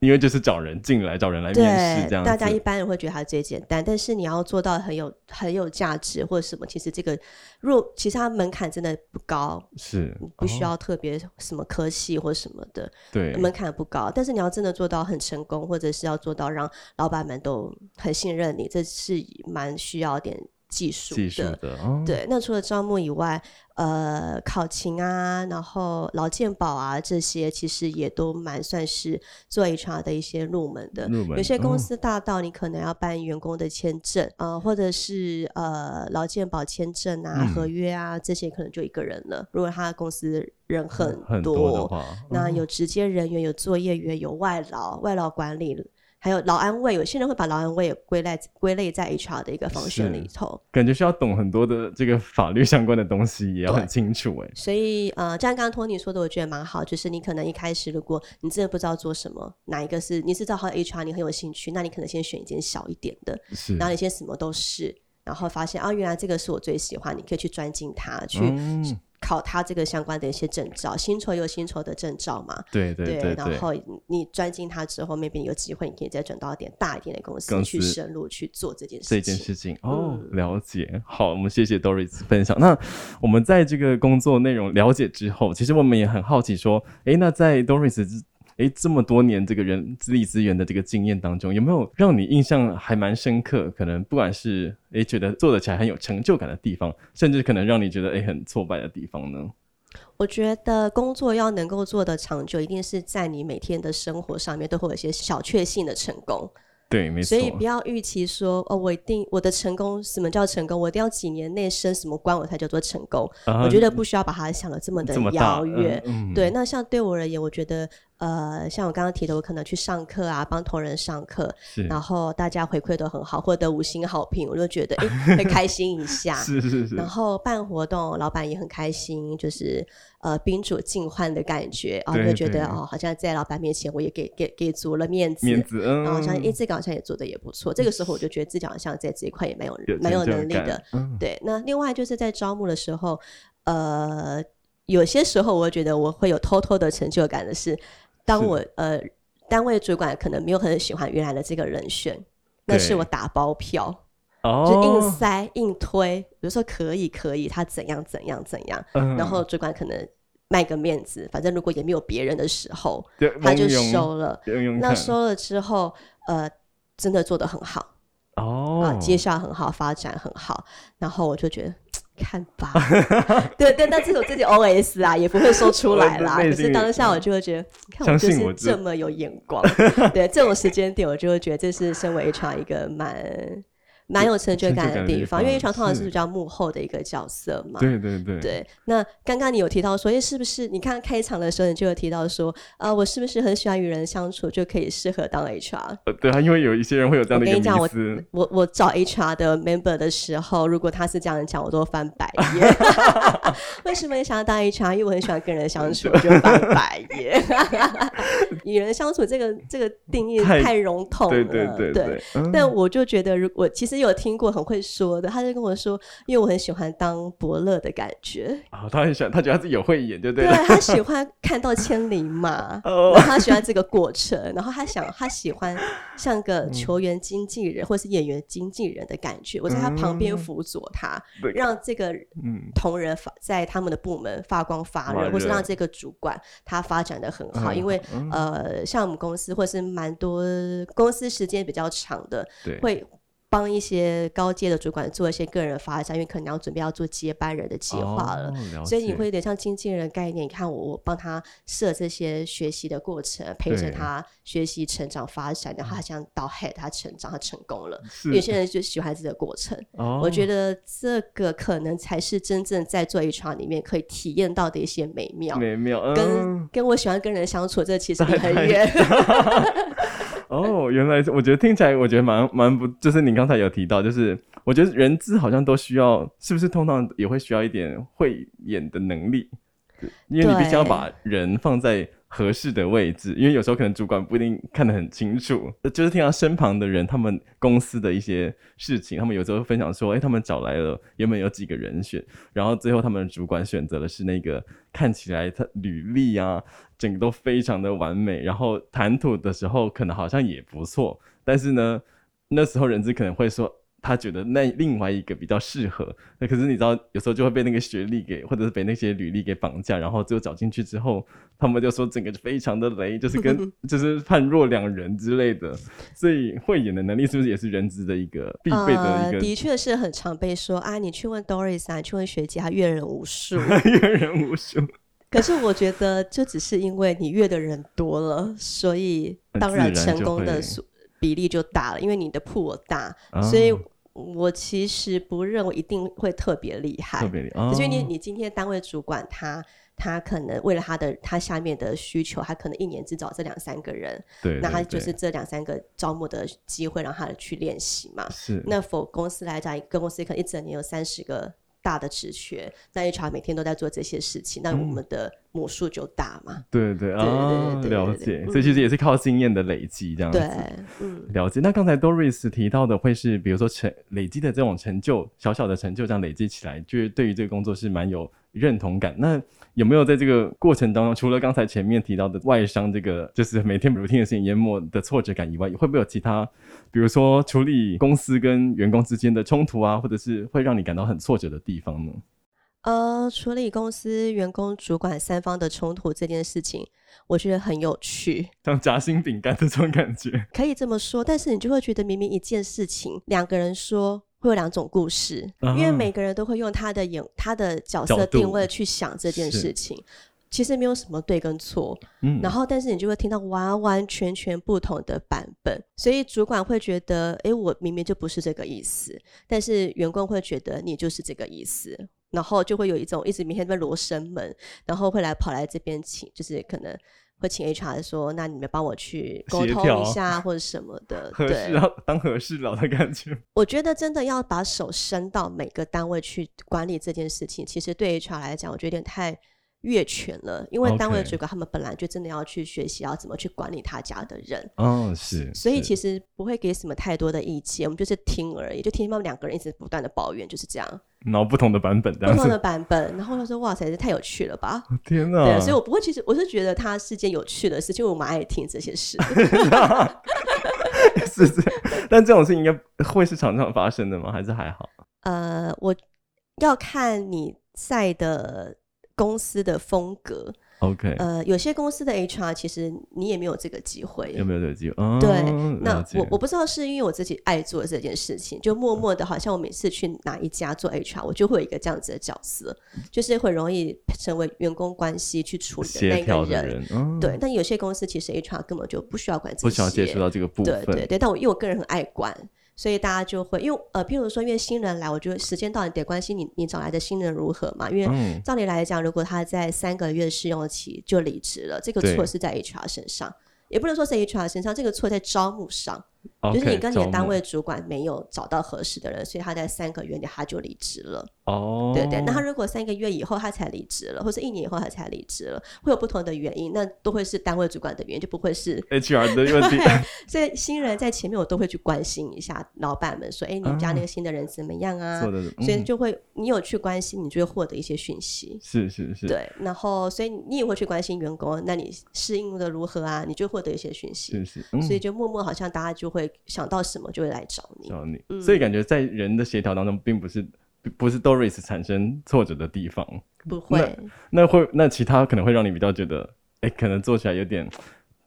S1: 因为就是找人进来，找人来面
S3: 对
S1: 试这，样子。
S3: 大家一般人会觉得它最简单，但是你要做到很有很有价值或者什么，其实这个若其实它门槛真的不高，
S1: 是
S3: 你不需
S1: 哦
S3: 要特别什么科系或什么的，
S1: 对
S3: 门槛不高，但是你要真的做到很成功，或者是要做到让老板们都很信任你，这是蛮需要点技术
S1: 技术
S3: 的。
S1: 的哦，
S3: 对，那除了招募以外，呃，考勤啊，然后劳健保啊这些，其实也都蛮算是做 HR 的一些入门的。
S1: 入门
S3: 有些公
S1: 哦
S3: 司大到你可能要办员工的签证，呃，或者是呃劳健保签证啊、
S1: 嗯
S3: 合约啊这些，可能就一个人了。如果他公司人
S1: 很多的话，
S3: 那
S1: 嗯
S3: 有直接人员，有作业员，有外劳、外劳管理，还有劳安卫，有些人会把劳安卫也归类归类在 HR 的一个方
S1: 是
S3: 式里头。
S1: 感觉是要懂很多的这个法律相关的东西，也要
S3: 对
S1: 很清楚哎、
S3: 所以呃，就像刚刚托尼说的，我觉得蛮好，就是你可能一开始如果你真的不知道做什么，哪一个是你是知道好 HR 你很有兴趣，那你可能先选一间小一点的，
S1: 是
S3: 然后你先什么都试，然后发现啊，原来这个是我最喜欢，你可以去专精它，去
S1: 嗯
S3: 考它这个相关的一些证照，薪酬有薪酬的证照嘛。
S1: 对对对
S3: 然后你你专精它之后，maybe 你有机会，你可以再转到一点大一点的公司
S1: 公司
S3: 去深入去做这件事情。
S1: 这件事情哦，
S3: 嗯
S1: 了解。好，我们谢谢 Doris 分享。那我们在这个工作内容了解之后，其实我们也很好奇说，诶，那在 Doris 之诶这么多年这个人资历资源的这个经验当中，有没有让你印象还蛮深刻？可能不管是诶觉得做得起来很有成就感的地方，甚至可能让你觉得诶很挫败的地方呢？
S3: 我觉得工作要能够做的长久，一定是在你每天的生活上面都会有一些小确幸的成功，
S1: 对，没错
S3: 所，以不要预期说哦，我一定我的成功，什么叫成功？我一定要几年内升什么官我才叫做成功？
S1: 啊
S3: 我觉得不需要把它想的这么的
S1: 这么大
S3: 遥远。，
S1: 嗯嗯
S3: 对，那像对我而言，我觉得，呃，像我刚刚提的，我可能去上课啊，帮同仁上课，
S1: 是
S3: 然后大家回馈都很好，获得五星好评，我就觉得
S1: (laughs)
S3: 哎，会开心一下。
S1: (laughs) 是是是
S3: 然，后办活动，老板也很开心，就是呃宾主尽欢的感觉啊，
S1: 对
S3: 就觉
S1: 对
S3: 得哦，好像在老板面前我也给给给足了面子，
S1: 面子，嗯，
S3: 然后好像哎，自己好像也做的也不错。这个时候我就觉得自己好像在这一块也蛮有
S1: 有
S3: 蛮有
S1: 成就
S3: 能力
S1: 感
S3: 的。，
S1: 嗯
S3: 对，那另外就是在招募的时候，呃，有些时候我觉得我会有偷偷的成就感的是，当
S1: 是
S3: 我呃单位主管可能没有很喜欢原来的这个人选，那是
S1: 对
S3: 我打包票。就硬
S1: 哦，
S3: 塞硬推，比如说可以可以，他怎样怎样怎样，
S1: 嗯
S3: 然后主管可能卖个面子，反正如果也没有别人的时候，
S1: 对
S3: 他就
S1: 蒙勇
S3: 收了。
S1: 用用
S3: 那
S1: 看
S3: 收了之后，呃，真的做得很好、啊
S1: 哦，，
S3: 绩效很好，发展很好，然后我就觉得。看吧， (laughs) 对对，但这是我自己 OS 啊，也不会说出来啦。
S1: 我的内
S3: 可
S1: 心
S3: 是
S1: 里
S3: 当下我就会觉得，你
S1: 嗯
S3: 看
S1: 相
S3: 我就
S1: 信我
S3: 是
S1: 这
S3: 这么有眼光。对这种时间点，我就会觉得这是身为 HR 一个蛮蛮有成就
S1: 成就
S3: 感
S1: 感
S3: 的
S1: 的
S3: 地
S1: 地
S3: 方，因为
S1: 方
S3: HR 通常是
S1: 是
S3: 比较幕后的一个角色嘛。
S1: 对对对，
S3: 对，那刚刚你有提到说，哎，是不是你看开场的时候你就有提到说，啊、我是不是很喜欢与人相处，就可以适合当 HR？
S1: 呃对啊，因为有一些人会有这样的一
S3: 我跟你
S1: 个
S3: 讲
S1: 迷思，
S3: 我我找 HR 的 member 的时候，如果他是这样讲，我都翻白
S1: (laughs)
S3: 眼。为什么你想要当 HR？因为我很喜欢跟人相
S1: (laughs)
S3: 处，我就翻白眼。与人相处这个这个定义
S1: 太
S3: 太笼统了，
S1: 对对对对，嗯
S3: 但我就觉得，如我其实有听过很会说的，他就跟我说，因为我很喜欢当伯乐的感觉，
S1: 啊，他很喜欢，他觉得他自己有慧眼，就对
S3: 对啊
S1: 了，
S3: 他喜欢看到千里马，
S1: (laughs)
S3: 然
S1: 哦
S3: 后他喜欢这个过程，然后他想他喜欢像个球员经纪人或是演员经纪人的感觉，我在他旁边
S1: 嗯
S3: 辅佐他，
S1: 对
S3: 让这个
S1: 嗯，
S3: 同仁发在他们的部门发光发
S1: 发
S3: 热，或是
S1: 热
S3: 让这个主管他发展的很好，
S1: 嗯
S3: 因为、
S1: 嗯
S3: 呃，像我们公司或是蛮多公司时间比较长的，
S1: 对，
S3: 会帮一些高阶的主管做一些个人发展，因为可能要准备要做接班人的计划了。
S1: 哦，了
S3: 所以你
S1: 解
S3: 会有点像经纪人的概念，你看我我帮他设这些学习的过程，陪
S1: 对嗯
S3: 着他学习、成长、发展，然后他想到 head，他成长，他成功了。
S1: 是
S3: 有些人就喜欢这个过程，
S1: 哦，
S3: 我觉得这个可能才是真正在做 HR 里面可以体验到的一些美妙。
S1: 美妙，
S3: 跟
S1: 嗯，
S3: 跟我喜欢跟人相处，这
S1: (laughs)
S3: 其实也很远。
S1: 哦，原来是，我觉得听起来我觉得蛮蛮不，就是你刚才有提到，就是我觉得人资好像都需要，是不是通常也会需要一点慧眼的能力，因为你必须要
S3: 对
S1: 把人放在。合适的位置，因为有时候可能主管不一定看得很清楚，呃就是听到身旁的人他们公司的一些事情，他们有时候分享说，哎、他们找来了原本有几个人选，然后最后他们的主管选择的是那个看起来他履历啊，整个都非常的完美，然后谈吐的时候可能好像也不错，但是呢，那时候人资可能会说。他觉得那另外一个比较适合，那可是你知道，有时候就会被那个学历给，或者是被那些履历给绑架，然后最后找进去之后，他们就说整个非常的雷，就是
S3: (laughs)
S1: 跟就是判若两人之类的。所以慧眼的能力是不是也是人资的一个必备的一
S3: 呃、
S1: 个
S3: 的确是很常被说啊，你去问 Doris 啊，你去问学姐，她阅人无
S1: (laughs)
S3: 数。
S1: 阅人无数，
S3: 可是我觉得，就只是因为你阅的人多了，所以
S1: 很
S3: 当
S1: 自
S3: 然
S1: 然
S3: 成
S1: 就
S3: 功
S1: 会
S3: 的数比例就大了，因为你的铺我大，所以
S1: 啊
S3: 我其实不认为一定会特别厉害
S1: 啊特。别厉害。
S3: 啊可是因为你
S1: 哦
S3: 你今天单位主管他他可能为了他的他下面的需求，他可能一年只找这两三个人，
S1: 对，
S3: 那他
S1: 对
S3: 就是
S1: 对
S3: 这两三个招募的机会让他去练习嘛。
S1: 是
S3: 那否公司来讲，一个公司可能一整年有三十个大的职缺，那 HR 每天都在做这些事情，那
S1: 嗯
S3: 我们的母数就大嘛。
S1: 对对啊，
S3: 对对对
S1: 了
S3: 对
S1: 解，
S3: 嗯
S1: 所以其实也是靠经验的累积这样子。
S3: 对，嗯，
S1: 了解。那刚才 Doris 提到的，会是比如说成累积的这种成就，小小的成就这样累积起来，就是对于这个工作是蛮有认同感。那有没有在这个过程当中，除了刚才前面提到的外商这个就是每天 routine 的事情淹没的挫折感以外，会不会有其他，比如说处理公司跟员工之间的冲突啊，或者是会让你感到很挫折的地方呢？
S3: 呃，处理公司员工、主管三方的冲突这件事情，我觉得很有趣，
S1: 像夹心饼干这种感觉，
S3: 可以这么说。但是你就会觉得，明明一件事情，两个人说。会有两种故事，因为
S1: 啊
S3: 每个人都会用他的眼、他的角
S1: 角
S3: 色定
S1: 度
S3: 位去想这件
S1: 是
S3: 事情，其实没有什么对跟错，
S1: 嗯，
S3: 然后但是你就会听到完完全全不同的版本，所以主管会觉得，诶，我明明就不是这个意思，但是员工会觉得你就是这个意思，然后就会有一种一直明天在罗生门，然后会来跑来这边请，就是可能。会请 HR 说，那你们帮我去沟
S1: 协
S3: 通
S1: 调
S3: 一下或者什么
S1: (laughs)
S3: 的。
S1: 合适
S3: 对，
S1: 啊，当和事佬的感觉，
S3: 我觉得真的要把手伸到每个单位去管理这件事情，其实对 HR 来讲，我觉得有点太越权了，因为单位
S1: OK
S3: 主管他们本来就真的要去学习要怎么去管理他家的人，
S1: 嗯、是，
S3: 所以
S1: 是
S3: 其实不会给什么太多的意见，我们就是听而已，就听他们两个人一直不断的抱怨，就是这样，
S1: 然后不同的版本这
S3: 不
S1: 样子
S3: 同，的版本。然后他说：“哇塞，这太有趣了吧
S1: (laughs) 天！”哪！
S3: 对，所以我不过其实我是觉得它是件有趣的事情，因为我蛮爱听这些事。
S1: 是这样，但这种事情应该会是常常发生的吗？还是还
S3: (laughs)
S1: 好？
S3: (laughs) 呃，我要看你在的公司的风格。
S1: OK，、
S3: 呃，有些公司的 HR 其实你也没有这个机会。
S1: 有没有这个机会？哦、
S3: 对，那
S1: 了解
S3: 我我不知道是因为我自己爱做这件事情，就默默的，好像我每次去哪一家做 HR，我就会有一个这样子的角色，就是会容易成为员工关系去处理的
S1: 协
S3: 那
S1: 调
S3: 个
S1: 的
S3: 人。
S1: 人，嗯、
S3: 对，，但有些公司其实 HR 根本就不需要管这
S1: 不
S3: 些，
S1: 需要接触到这个部分
S3: 对，对对，但我因为我个人很爱管，所以大家就会因为呃，譬如说，因为新人来，我觉得时间到你得关心你你找来的新人如何嘛，因为
S1: 嗯，
S3: 照理来讲，如果他在三个月试用期就离职了，这个
S1: 对
S3: 错是在 HR 身上，也不能说是 HR 身上，这个错在招募上
S1: 嗯 OK，
S3: 就是你跟你
S1: 招
S3: 的
S1: 募
S3: 单位主管没有找到合适的人，所以他在三个月内他就离职了，
S1: 哦，
S3: 对对。那他如果三个月以后他才离职了，或是一年以后他才离职了，会有不同的原因，那都会是单位主管的原因，就不会
S1: (laughs)
S3: 是
S1: HR 的问题，
S3: (laughs) 啊所以新人在前面我都会去关心一下老板们，说：“哎、你们家那个新的人怎么样啊？”
S1: 啊做的，
S3: 所以
S1: 嗯、
S3: 就会你有去关心，你就会获得一些讯息。
S1: 是是是，
S3: 对，然后所以你也会去关心员工，那你适应的如何啊？你就获得一些讯息。
S1: 是是，嗯、
S3: 所以就默默好像大家就会想到什么就会来找你。
S1: 找嗯你，所以感觉在人的协调当中，并不是。不是 Doris 产生挫折的地方，
S3: 不会，
S1: 那会那其他可能会让你比较觉得，哎、可能做起来有点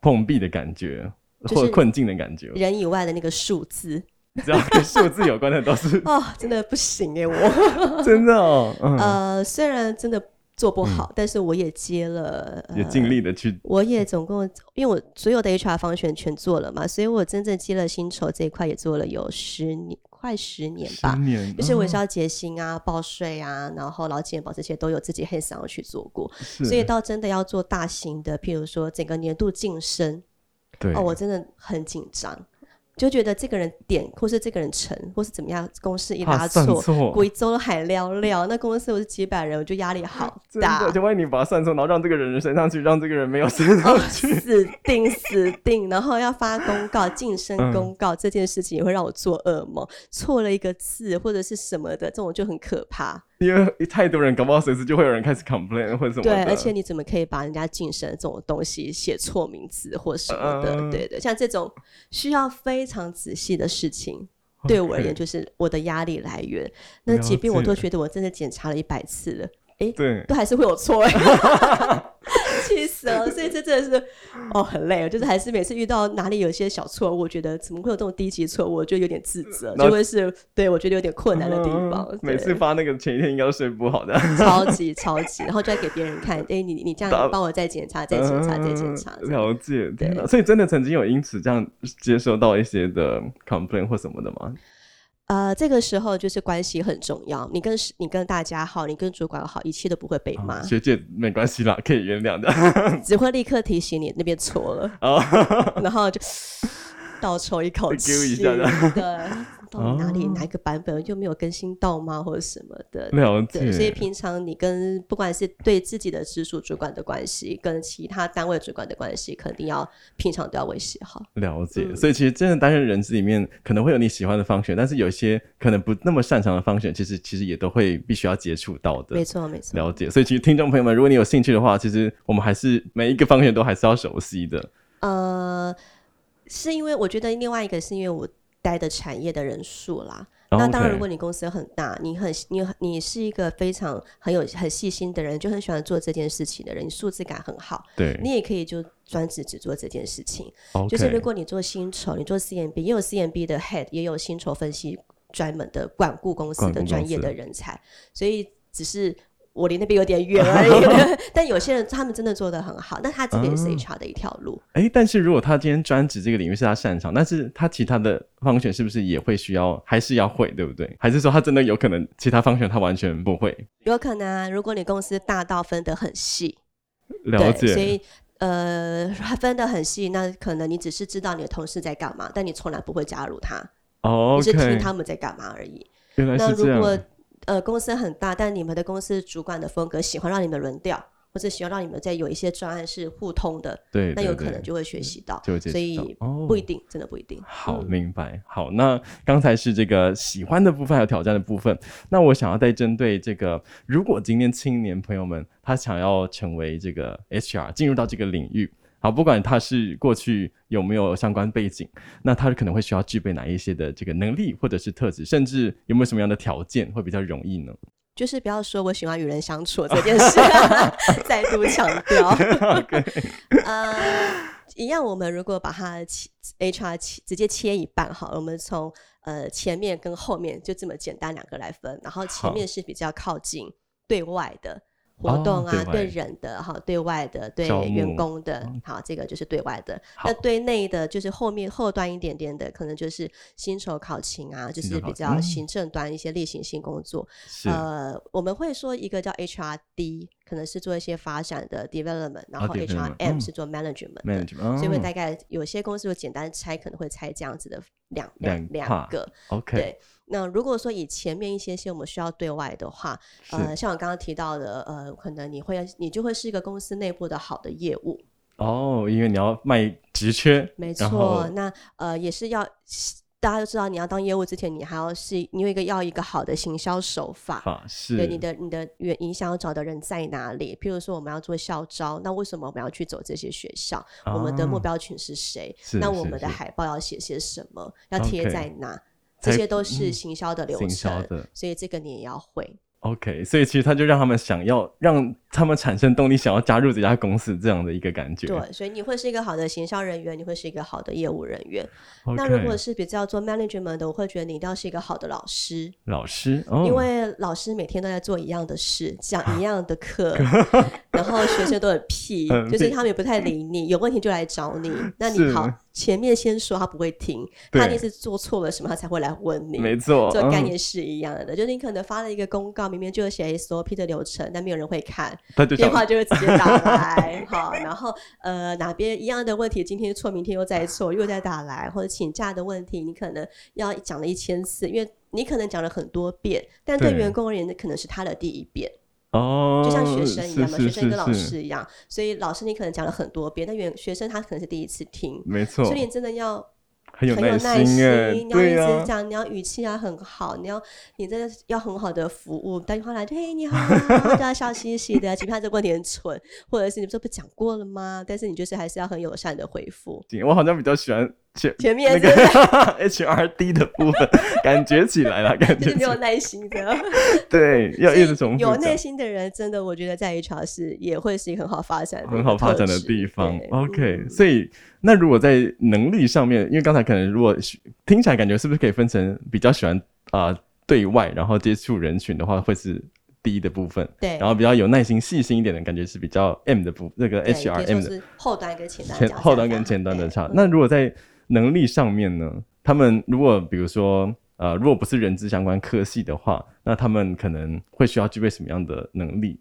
S1: 碰壁的感觉，
S3: 就是
S1: 或者困境的感觉。
S3: 人以外的那个数字
S1: 只要跟数字有关的都
S3: (laughs)
S1: 是
S3: 哦，真的不
S1: (laughs)
S3: 行哎、我
S1: 真的哦，嗯，
S3: 呃虽然真的做不好，但是我也接了，呃、
S1: 也尽力的去，
S3: 我也总共，因为我所有的 HR 方选全做了嘛，所以我真正积了薪酬这一块也做了有十年，快十年吧。
S1: 十年，
S3: 就是我也
S1: 嗯
S3: 是要结薪啊、报税啊，然后劳健保这些都有自己很想要去做过，
S1: 是
S3: 所以到真的要做大型的，譬如说整个年度晋升，
S1: 对
S3: 哦，我真的很紧张，就觉得这个人点或是这个人成或是怎么样，公式一
S1: 怕
S3: 拉
S1: 啊算
S3: 错，
S1: 错
S3: 贵州海寥寥，那公司我是几百人，我就压力好
S1: (laughs) 真
S3: 大
S1: 的，。就万一你把它算错，然后让这个人升上去，让这个人没有 (laughs) 升上去，
S3: 哦死定死定，然后要发公告、晋升
S1: 嗯
S3: 公告、这件事情也会让我做噩梦，错了一个字或者是什么的，这种就很可怕。
S1: 因为太多人，搞不好随时就会有人开始 complain 或者什么的。
S3: 对，而且你怎么可以把人家晋升这种东西写错名字或什么的？
S1: 嗯
S3: 对对，像这种需要非常仔细的事情。对我而
S1: OK
S3: 言，就是我的压力来源。那
S1: 了
S3: 疾病我都
S1: 解
S3: 觉得我真的检查了一百次了，
S1: 对，
S3: 都还是会有错、欸， (laughs) 气死了！所以这真的是哦，很累，就是还是每次遇到哪里有一些小错误，我觉得怎么会有这种低级错误，我就有点自责，
S1: 那
S3: 就会是对我觉得有点困难的地方
S1: 嗯。
S3: 对
S1: 每次发那个前一天应该都睡不好的， (laughs)
S3: 超级超级，然后就要给别人看，哎，你你这
S1: 打
S3: 样帮我再检查、再检查、再检查
S1: 嗯。了解，
S3: 对
S1: 天哪所以真的曾经有因此这样接受到一些的 complain 或什么的吗？
S3: 呃，这个时候就是关系很重要，你跟你跟大家好，你跟主管好，一切都不会被骂，
S1: 啊学姐没关系啦，可以原 (laughs) 谅的。
S3: 只会立刻提醒你那边错了，
S1: (laughs) 哦，
S3: (laughs) 然后就倒抽一口
S1: 会
S3: 气，
S1: 丢一下的哦
S3: 对，
S1: (laughs)
S3: 到底哪里、哪一个版本又没有更新到吗，或者什么的。
S1: 了
S3: 对，所以
S1: 解。
S3: 平常你跟不管是对自己的直属主管的关系，跟其他单位主管的关系，肯定要平常都要维系好。
S1: 了解，
S3: 嗯
S1: 所以其实真的担任人资里面，可能会有你喜欢的方选，但是有一些可能不那么擅长的方选，其实其实也都会必须要接触到的
S3: 没。错，没错。
S1: 了解，所以其实听众朋友们，如果你有兴趣的话，其实我们还是每一个方向都还是要熟悉的。
S3: 呃，是因为我觉得另外一个是因为我待的产业的人数啦。
S1: 哦
S3: 那当然，
S1: OK
S3: 如果你公司很大，你很你很你是一个非常很有很细心的人，就很喜欢做这件事情的人，你素质感很好，
S1: 对，
S3: 你也可以就专职只做这件事情。
S1: OK
S3: 就是如果你做薪酬，你做 CMB，也有 CMB 的 head，也有薪酬分析专门的管顾公司
S1: 管顾
S3: 的
S1: 公
S3: 专业的
S1: 司 (laughs)
S3: 人才，所以只是。我离那边有点远而已， (laughs) 但有些人他们真的做得很好，那他这个也是
S1: 啊
S3: HR 的一条路。
S1: 哎，但是如果他今天专职这个领域是他擅长，但是他其他的方选是不是也会需要，还是要会，对不对？还是说他真的有可能其他方选他完全不会？
S3: 有可能啊，如果你公司大到分得很细，
S1: 了
S3: 对，所
S1: 解，
S3: 以呃分得很细，那可能你只是知道你的同事在干嘛，但你从来不会加入他，
S1: 哦
S3: 你是听
S1: ，OK，
S3: 他们在干嘛而已。
S1: 原来
S3: 那
S1: 是这
S3: 如果
S1: 样，
S3: 呃公司很大，但你们的公司主管的风格喜欢让你们轮调，或者喜欢让你们在有一些专案是互通的，
S1: 对，
S3: 那
S1: 对
S3: 有可
S1: 对
S3: 能就会学习到，
S1: 就会接
S3: 所
S1: 触到
S3: 以
S1: 哦
S3: 不一定，真的不一定。
S1: 好，
S3: 嗯
S1: 明白。好，那刚才是这个喜欢的部分，还有挑战的部分。那我想要再针对这个，如果今天青年朋友们他想要成为这个 HR，进入到这个领域，好，不管他是过去有没有相关背景，那他可能会需要具备哪一些的这个能力或者是特质，甚至有没有什么样的条件会比较容易呢？
S3: 就是不要说我喜欢与人相处这件事， (laughs) 再度强
S1: (laughs)
S3: 调。呃，一样，我们如果把它切 HR 切直接切一半好了，我们从呃前面跟后面就这么简单两个来分，然后前面是比较靠近对外的。活动
S1: 哦
S3: 啊，
S1: 对外
S3: 对人的哈，对外的，对
S1: 招募
S3: 员工的，好，这个就是对外的。
S1: 好
S3: 那对内的，就是后面后端一点点的，可能就是薪酬考勤啊，就
S1: 薪酬
S3: 是
S1: 考
S3: 比
S1: 勤
S3: 较
S1: 嗯
S3: 行政端一些例行性工作。
S1: 是、
S3: 呃，我们会说一个叫 HRD，可能是做一些发展的 development，然后
S1: development，嗯
S3: HRM 是做 management 的，
S1: management，
S3: 所以会
S1: 哦
S3: 大概有些公司有简单拆，可能会拆这样子的两
S1: 两
S3: 两
S1: part
S3: 两个。
S1: OK，
S3: 对，那如果说以前面一些些我们需要对外的话，呃，
S1: 是
S3: 像我刚刚提到的，呃，可能你会你就会是一个公司内部的好的业务，
S1: 哦，因为你要卖职缺，
S3: 没
S1: 然后
S3: 错。那呃，也是要大家都知道，你要当业务之前，你还要是你有一个要一个好的行销手法，
S1: 法是
S3: 对你的你的原你想要找的人在哪里？譬如说我们要做校招，那为什么我们要去走这些学校？我们的目
S1: 啊
S3: 标群是谁？
S1: 是
S3: 那
S1: 是
S3: 我们的
S1: 是
S3: 海报要写些什么？要贴
S1: OK
S3: 在哪？这
S1: 才
S3: 些都是
S1: 嗯
S3: 行销的流
S1: 行销
S3: 程，
S1: 的
S3: 所以这个你也要会。
S1: OK，所以其实他就让他们想要让他们产生动力，想要加入这家公司这样的一个感觉。
S3: 对，所以你会是一个好的行销人员，你会是一个好的业务人员。
S1: o k
S3: 那如果是比较做 management 的，我会觉得你一定要是一个好的老师。
S1: 老师，哦、
S3: 因为老师每天都在做一样
S1: (laughs)
S3: 的事，讲一样的课， (laughs) 然后学生都很
S1: (laughs)
S3: 屁
S1: 嗯，
S3: 就是
S1: 屁
S3: 他们也不太理你，有问题就来找
S1: (laughs)
S3: 你。那你
S1: 是
S3: 好，前面先说他不会听，
S1: 对
S3: 他一定是做错了什么，他才会来问你。
S1: 没错，
S3: 这概
S1: 嗯
S3: 念是一样的，就是你可能发了一个公告，明明就有写 SOP 的流程，但没有人会看，
S1: 他就
S3: 电
S1: 想
S3: 话就会直接
S1: (laughs)
S3: 打来，好，然后呃哪边一样的问题，今天错，明天又再错，又再打来，或者请假的问题，你可能要讲了一千次，因为你可能讲了很多遍，但对
S1: 对
S3: 员工而言，那可能是他的第一遍，
S1: 哦，
S3: 就像学生一样嘛，
S1: 是
S3: 学生跟老，
S1: 是是
S3: 师一样，所以老师你可能讲了很多遍，但员学生他可能是第一次听，
S1: 没错，
S3: 所以你真的要
S1: 很有
S3: 很有
S1: 耐
S3: 耐心，
S1: 哎，
S3: 你要一
S1: 对
S3: 直
S1: 呀、
S3: 讲，你要语气要很好，你要你真的要很好的服务。打电话来，嘿，
S1: (laughs)
S3: 你好，就要笑嘻嘻的，其实他这个问题很蠢，或者是你不是不讲过了吗？但是你就是还是要很友善的回复。
S1: 我好像比较喜
S3: (laughs)
S1: 欢前
S3: 前面
S1: 那
S3: 是、
S1: 个 (laughs) HRD 的部分，感觉起来了，感
S3: (laughs) 就
S1: 觉
S3: 是没
S1: 起
S3: 有
S1: 来
S3: 耐心的，
S1: 对， (laughs) 要一直重复
S3: 有
S1: 讲
S3: 耐。心的人，真的我觉得在 HR 是也会是一个很好发展的一个特质、
S1: 很好发展的地方
S3: 对。嗯
S1: OK，、所以那如果在能力上面，因为刚才可能如果是听起来感觉是不是可以分成比较喜欢啊、呃对外，然后接触人群的话，会是第一的部分，
S3: 对，
S1: 然后比较有耐心、细心一点的感觉是比较 M 的部那个
S3: 对你可以
S1: HRM
S3: 说
S1: 的
S3: 是后端跟前端
S1: 前
S3: 这
S1: (laughs)
S3: 样
S1: 后端
S3: 讲
S1: 跟前端的
S3: 对
S1: 差。
S3: 嗯
S1: 那如果在能力上面呢，他们如果比如说呃，如果不是人资相关科系的话，那他们可能会需要具备什么样的能力？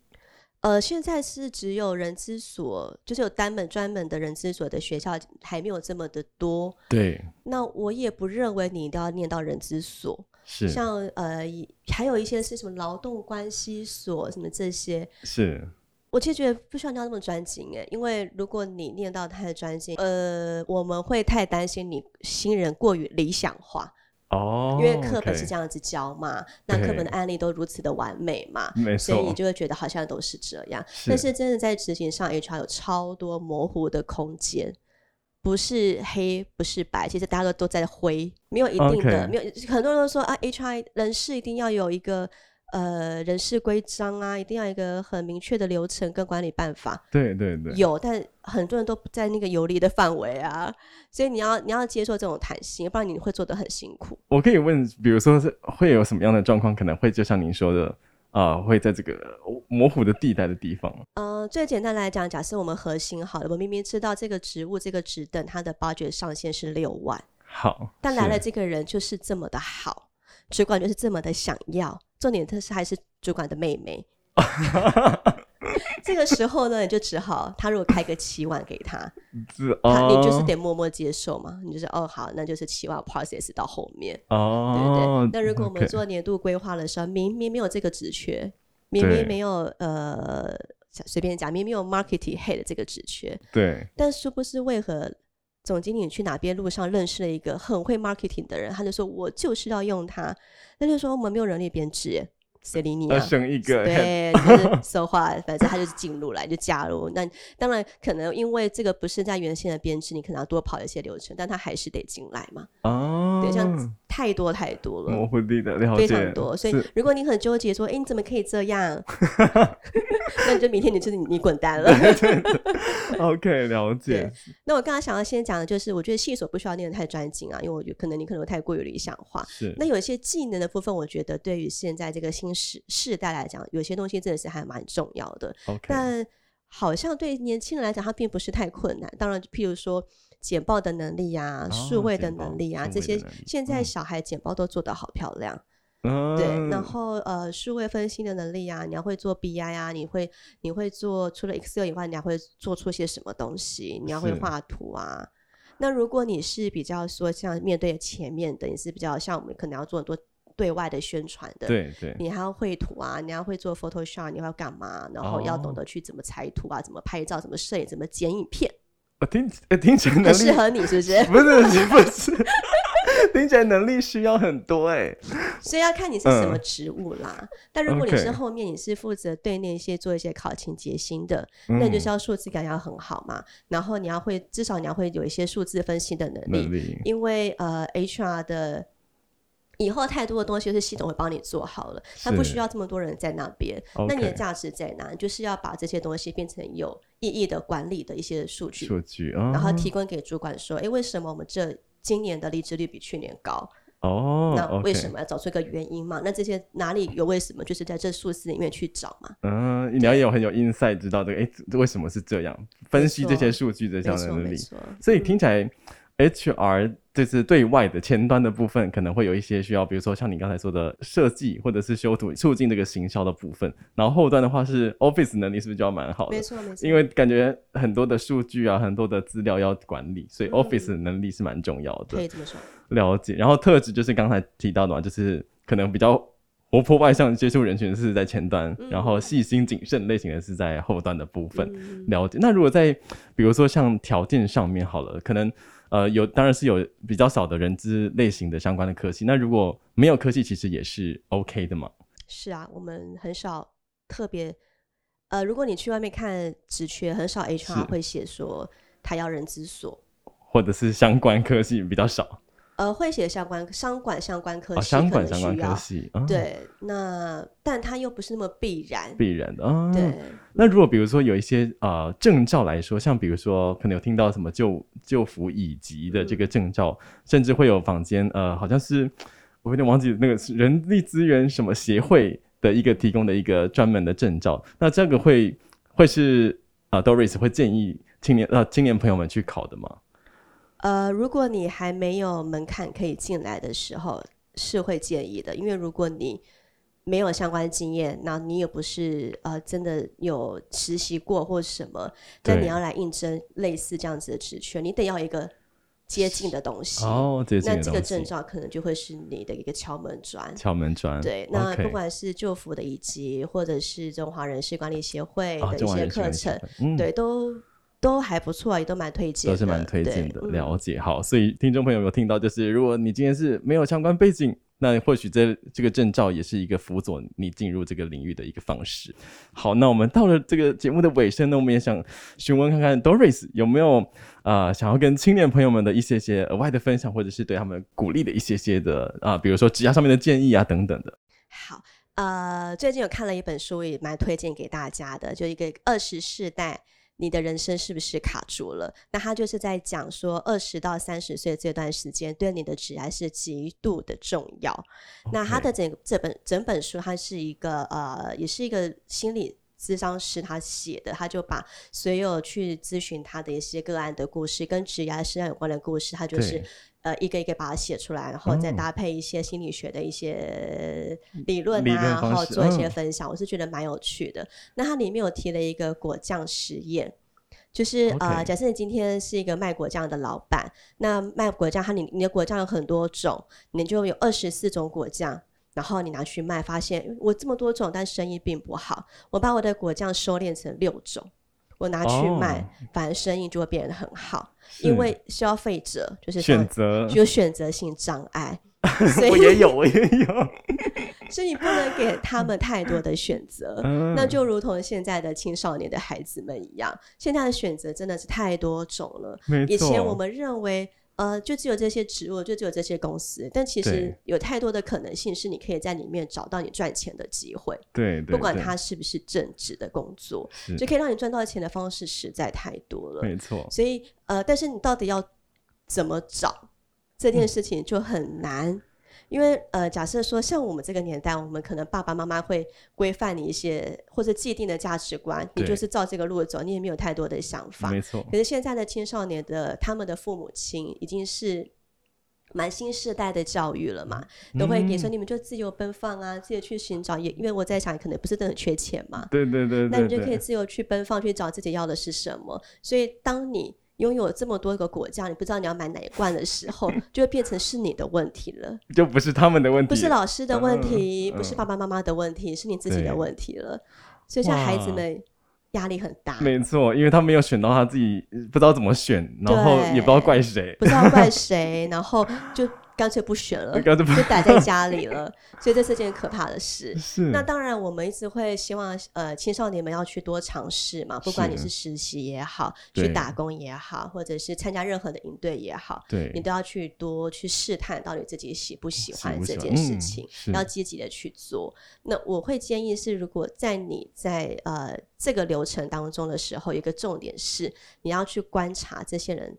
S3: 呃，现在是只有人资所，就是有单门专门的人资所的学校还没有这么的多。
S1: 对，
S3: 那我也不认为你一定要念到人资所，
S1: 是
S3: 像呃，以还有一些是什么劳动关系所什么这些，
S1: 是，
S3: 我其实觉得不需要念到那么专精诶，因为如果你念到太专精，呃，我们会太担心你新人过于理想化，
S1: 哦，
S3: 因为课本是这
S1: 样，
S3: 样子教嘛，那课本的案例都如此的完美嘛，
S1: 没
S3: 所以
S1: 错
S3: 你，就会觉得好像都是这样。
S1: 是
S3: 但是真的在执行上，HR 有超多模糊的空间，不是黑不是白，其实大家都都在灰，没有一定的
S1: OK
S3: 没有很多人都说啊，HR 人事一定要有一个呃人事规章啊，一定要有一个很明确的流程跟管理办法。
S1: 对对对，
S3: 有，但很多人都不在那个游离的范围啊，所以你要你要接受这种弹性，不然你会做的很辛苦。
S1: 我可以问，比如说是会有什么样的状况，可能会就像您说的，啊，会在这个模糊的地带的地方，
S3: 呃，最简单来讲，假设我们核心好了，我们明明知道这个职务、这个职等它的 budget 上限是六万，
S1: 好，
S3: 但来了
S1: 是
S3: 这个人就是这么的好，主管就是这么的想要，重点他是还是主管的妹
S1: (laughs)
S3: 妹。这个时候呢，你就只好他如果开个七万给他，
S1: 是
S3: 他
S1: 哦，
S3: 你就是得默默接受嘛，你就是哦好，那就是七万 process 到后面，对不对？
S1: 哦，
S3: 那如果我们
S1: OK
S3: 做年度规划的时候，明明没有这个职缺，明
S1: 对
S3: 明没有呃随便讲，明明没有 marketing head 这个职缺，
S1: 对
S3: 但殊不知为何总经理去哪边路上认识了一个很会 marketing 的人，他就说我就是要用他，那就说我们没有人力编制耶，谁理你
S1: 要
S3: 啊？
S1: 生一个 head，
S3: (laughs) 对，就是说话，反正他就是进入来就加入。那当然可能因为这个不是在原先的编制，你可能要多跑一些流程，但他还是得进来嘛。
S1: 哦，
S3: 对，像太多太多了。
S1: 模糊地带了
S3: 非
S1: 解，
S3: 常多，所以
S1: 是
S3: 如果你很纠结说，哎，你怎么可以这样？ (laughs) 那你就明天你就是你你滚
S1: (laughs)
S3: 蛋了。
S1: OK 了解
S3: 对，那我刚刚想要先讲的就是，我觉得系所不需要念得太专精啊，因为我觉得可能你可能太过于理想化。
S1: 是
S3: 那有一些技能的部分，我觉得对于现在这个新时世代来讲，有些东西真的是还蛮重要的。
S1: OK，
S3: 但好像对年轻人来讲，它并不是太困难。当然，譬如说简报的能力呀、
S1: 哦
S3: 数位的
S1: 简报
S3: 能力呀，
S1: 数位的
S3: 这些
S1: 能力
S3: 现在
S1: 嗯
S3: 小孩简报都做得好漂亮。对，
S1: 对
S3: 然后呃，数位分析的能力啊，你要会做 BI 啊，你会你会做除了 Excel 以外，你还会做出些什么东西？你要会
S1: 是
S3: 画图啊。那如果你是比较说像面对前面的，你是比较像我们可能要做很多对外的宣传的，
S1: 对对
S3: 你还要绘图啊，你要会做 Photoshop，你要干嘛？然后要
S1: 哦
S3: 懂得去怎么裁图啊，怎么拍照，怎么摄影，怎么剪影片，
S1: 我听呃听起来能
S3: 很适
S1: 力？
S3: 合你是不是
S1: 不是不是， (laughs) 听起来能力需要很多哎、
S3: (laughs) 所以要看你是什么
S1: 嗯
S3: 职务啦。但如果你
S1: OK
S3: 是后面你是负责对那些做一些考勤结薪的，那你就是
S1: 要
S3: 要数字感要很好嘛，然后你要会至少你要会有一些数字分析的能力，
S1: 能力
S3: 因为呃 HR 的以后太多的东西是系统会帮你做好了，它不
S1: 是
S3: 需要这么多人在那边。那
S1: OK
S3: 你的价值在哪？你就是要把这些东西变成有意义的管理的一些数据，
S1: 数据啊，
S3: 然后提供给主管说，诶，为什么我们这今年的离职率比去年高？
S1: 哦，
S3: 那为什
S1: OK？
S3: 么要找出一个原因嘛？那这些哪里有为什么，就是在这数字里面去找嘛。
S1: 嗯，你要有很有 insight 知道这个，哎、这为什么是这样？分析这些
S3: 没错
S1: 数据这
S3: 没
S1: 项
S3: 错，
S1: 能
S3: 没
S1: 力，
S3: 错。嗯
S1: 所以听起来 HR 就是对外的前端的部分，可能会有一些需要，比如说像你刚才说的设计或者是修图，促进这个行销的部分。然后后端的话是 Office 能力是不是就要蛮好的
S3: 没？错，没错。
S1: 因为感觉很多的数据啊，很多的资料要管理，所以
S3: 嗯
S1: Office 的能力是蛮重要的。
S3: 可以这么说。
S1: 了解，然后特质就是刚才提到的嘛，就是可能比较活泼外向、接触人群是在前端，
S3: 嗯
S1: 然后细心谨慎类型的是在后端的部分。
S3: 嗯
S1: 了解。那如果在比如说像条件上面好了，可能呃有当然是有比较少的人资类型的相关的科系，那如果没有科系，其实也是 OK 的嘛。
S3: 是啊，我们很少特别，呃，如果你去外面看职缺，很少
S1: 是
S3: HR 会写说他要人资所，
S1: 或者是相关科系比较少
S3: 呃，会写相关商管相关科
S1: 啊，
S3: 系可
S1: 商
S3: 能需要，
S1: 管相关科系啊，，
S3: 对，那但他又不是那么必然，
S1: 必然的啊。
S3: 对，
S1: 那如果比如说有一些呃证照来说，像比如说可能有听到什么救救服乙级的这个证照，甚至会有坊间呃好像是我有点忘记那个是人力资源什么协会的一个提供的一个专门的证照，那这个会会是啊、呃 Doris 会建议青年呃青年朋友们去考的吗？
S3: 呃，如果你还没有门槛可以进来的时候，是会建议的，因为如果你没有相关经验，那你也不是呃真的有实习过或什么，那
S1: 对
S3: 你要来应征类似这样子的职缺，你得要一个接近的东西。
S1: 哦，这
S3: 那这个证
S1: 证
S3: 照可能就会是你的一个敲门砖。
S1: 敲门砖，
S3: 对，那
S1: OK
S3: 不管是旧服的以及或者是中华人事管理协会
S1: 啊，
S3: 的
S1: 中
S3: 一
S1: 华
S3: 些
S1: 人喜
S3: 课
S1: 欢喜
S3: 程
S1: 欢，，嗯，
S3: 对，都都还不错啊，也都蛮推荐
S1: 都
S3: 的，
S1: 是蛮推荐的。
S3: 对嗯
S1: 了解，好，所以听众朋友有没有听到，就是如果你今天是没有相关背景，那或许这这个证照也是一个辅佐你进入这个领域的一个方式。好，那我们到了这个节目的尾声呢，我们也想询问看看 Doris 有没有啊、呃想要跟青年朋友们的一些些额外的分享，或者是对他们鼓励的一些些的啊、比如说职涯上面的建议啊等等的。
S3: 好，呃，最近有看了一本书，也蛮推荐给大家的，就一个二十世代。你的人生是不是卡住了？那他就是在讲说，二十到三十岁这段时间对你的职业是极度的重要。那他的整这本整本书，它是一个呃，也是一个心理咨商师他写的，他就把所有去咨询他的一些个案的故事，跟职业身上有关的故事，他就是
S1: 对
S3: 呃一个一个把它写出来，然后再
S1: 哦嗯
S3: 搭配一些心理学的一些理论
S1: 理
S3: 啊，
S1: 论
S3: 然
S1: 方
S3: 后
S1: 式
S3: 做一些
S1: 嗯
S3: 分享，我是觉得蛮有趣的。那它里面有提了一个果酱实验。就是呃，
S1: OK
S3: 假设你今天是一个卖果酱的老板，那卖果酱它你你的果酱有很多种，你就有二十四种果酱，然后你拿去卖，发现我这么多种，但生意并不好。我把我的果酱收敛成六种，我拿去
S1: 哦
S3: 卖，反而生意就会变得很好，
S1: 是
S3: 因为消费者就是他
S1: 选择，
S3: 有选择性障碍，
S1: (laughs)
S3: 所
S1: 我也
S3: 以
S1: 有，我也有，
S3: 所以你不能给他们太多的选择。
S1: 嗯
S3: (laughs) 那就如同现在的青少年的孩子们一样，现在的选择真的是太多种了。
S1: (laughs) 没错
S3: 以前我们认为，呃，就只有这些职务，就只有这些公司，但其实
S1: 对
S3: 有太多的可能性是你可以在里面找到你赚钱的机会，
S1: 对，对
S3: 不管
S1: 对
S3: 它是不是正职的工作，
S1: 是
S3: 就可以让你赚到钱的方式实在太多了。
S1: 没错，
S3: 所以，呃，但是你到底要怎么找这
S1: 嗯
S3: 件事情就很难。因为呃，假设说像我们这个年代，我们可能爸爸妈妈会规范你一些或者既定的价值观，你
S1: 对
S3: 就是照这个路走，你也没有太多的想法。
S1: 没错，
S3: 可是现在的青少年的他们的父母亲已经是蛮新世代的教育了嘛，都会给说
S1: 嗯
S3: 你们就自由奔放啊，自己去寻找。也因为我在想，可能不是真的缺钱嘛，
S1: 对对对对，
S3: 那你就可以
S1: 对
S3: 自由去奔放，去找自己要的是什么。所以，当你拥有这么多个果酱，你不知道你要买哪一罐的
S1: (laughs)
S3: 时候，就会变成是你的问题了，
S1: 就不是他们的问题，
S3: 不是老师的问题，
S1: 嗯
S3: 不是
S1: 嗯
S3: 爸爸妈妈的问题，是你自己
S1: 对
S3: 的问题了。所以，像孩子
S1: 哇
S3: 们压力很
S1: (laughs)
S3: 大，
S1: 没错，因为他没有选到他自己呃不知道怎么选，然后也不知道怪谁，
S3: 不知道
S1: (laughs)
S3: 怪谁，然后就干脆不选了，
S1: 干脆不
S3: 就待在家里了。所以，这是件可怕的事。
S1: 是
S3: 那当然，我们一直会希望呃青少年们要去多尝试嘛，不管你是实习也好，
S1: 对
S3: 去打工也好，或者是参加任何的营队也好，
S1: 对
S3: 你都要去多去试探到底自己喜不喜
S1: 喜
S3: 欢
S1: 不
S3: 这
S1: 喜
S3: 件
S1: 欢
S3: 事
S1: 嗯
S3: 情，
S1: 是
S3: 要积极的去做。那我会建议是，如果在你在呃这个流程当中的时候，有一个重点是你要去观察这些人。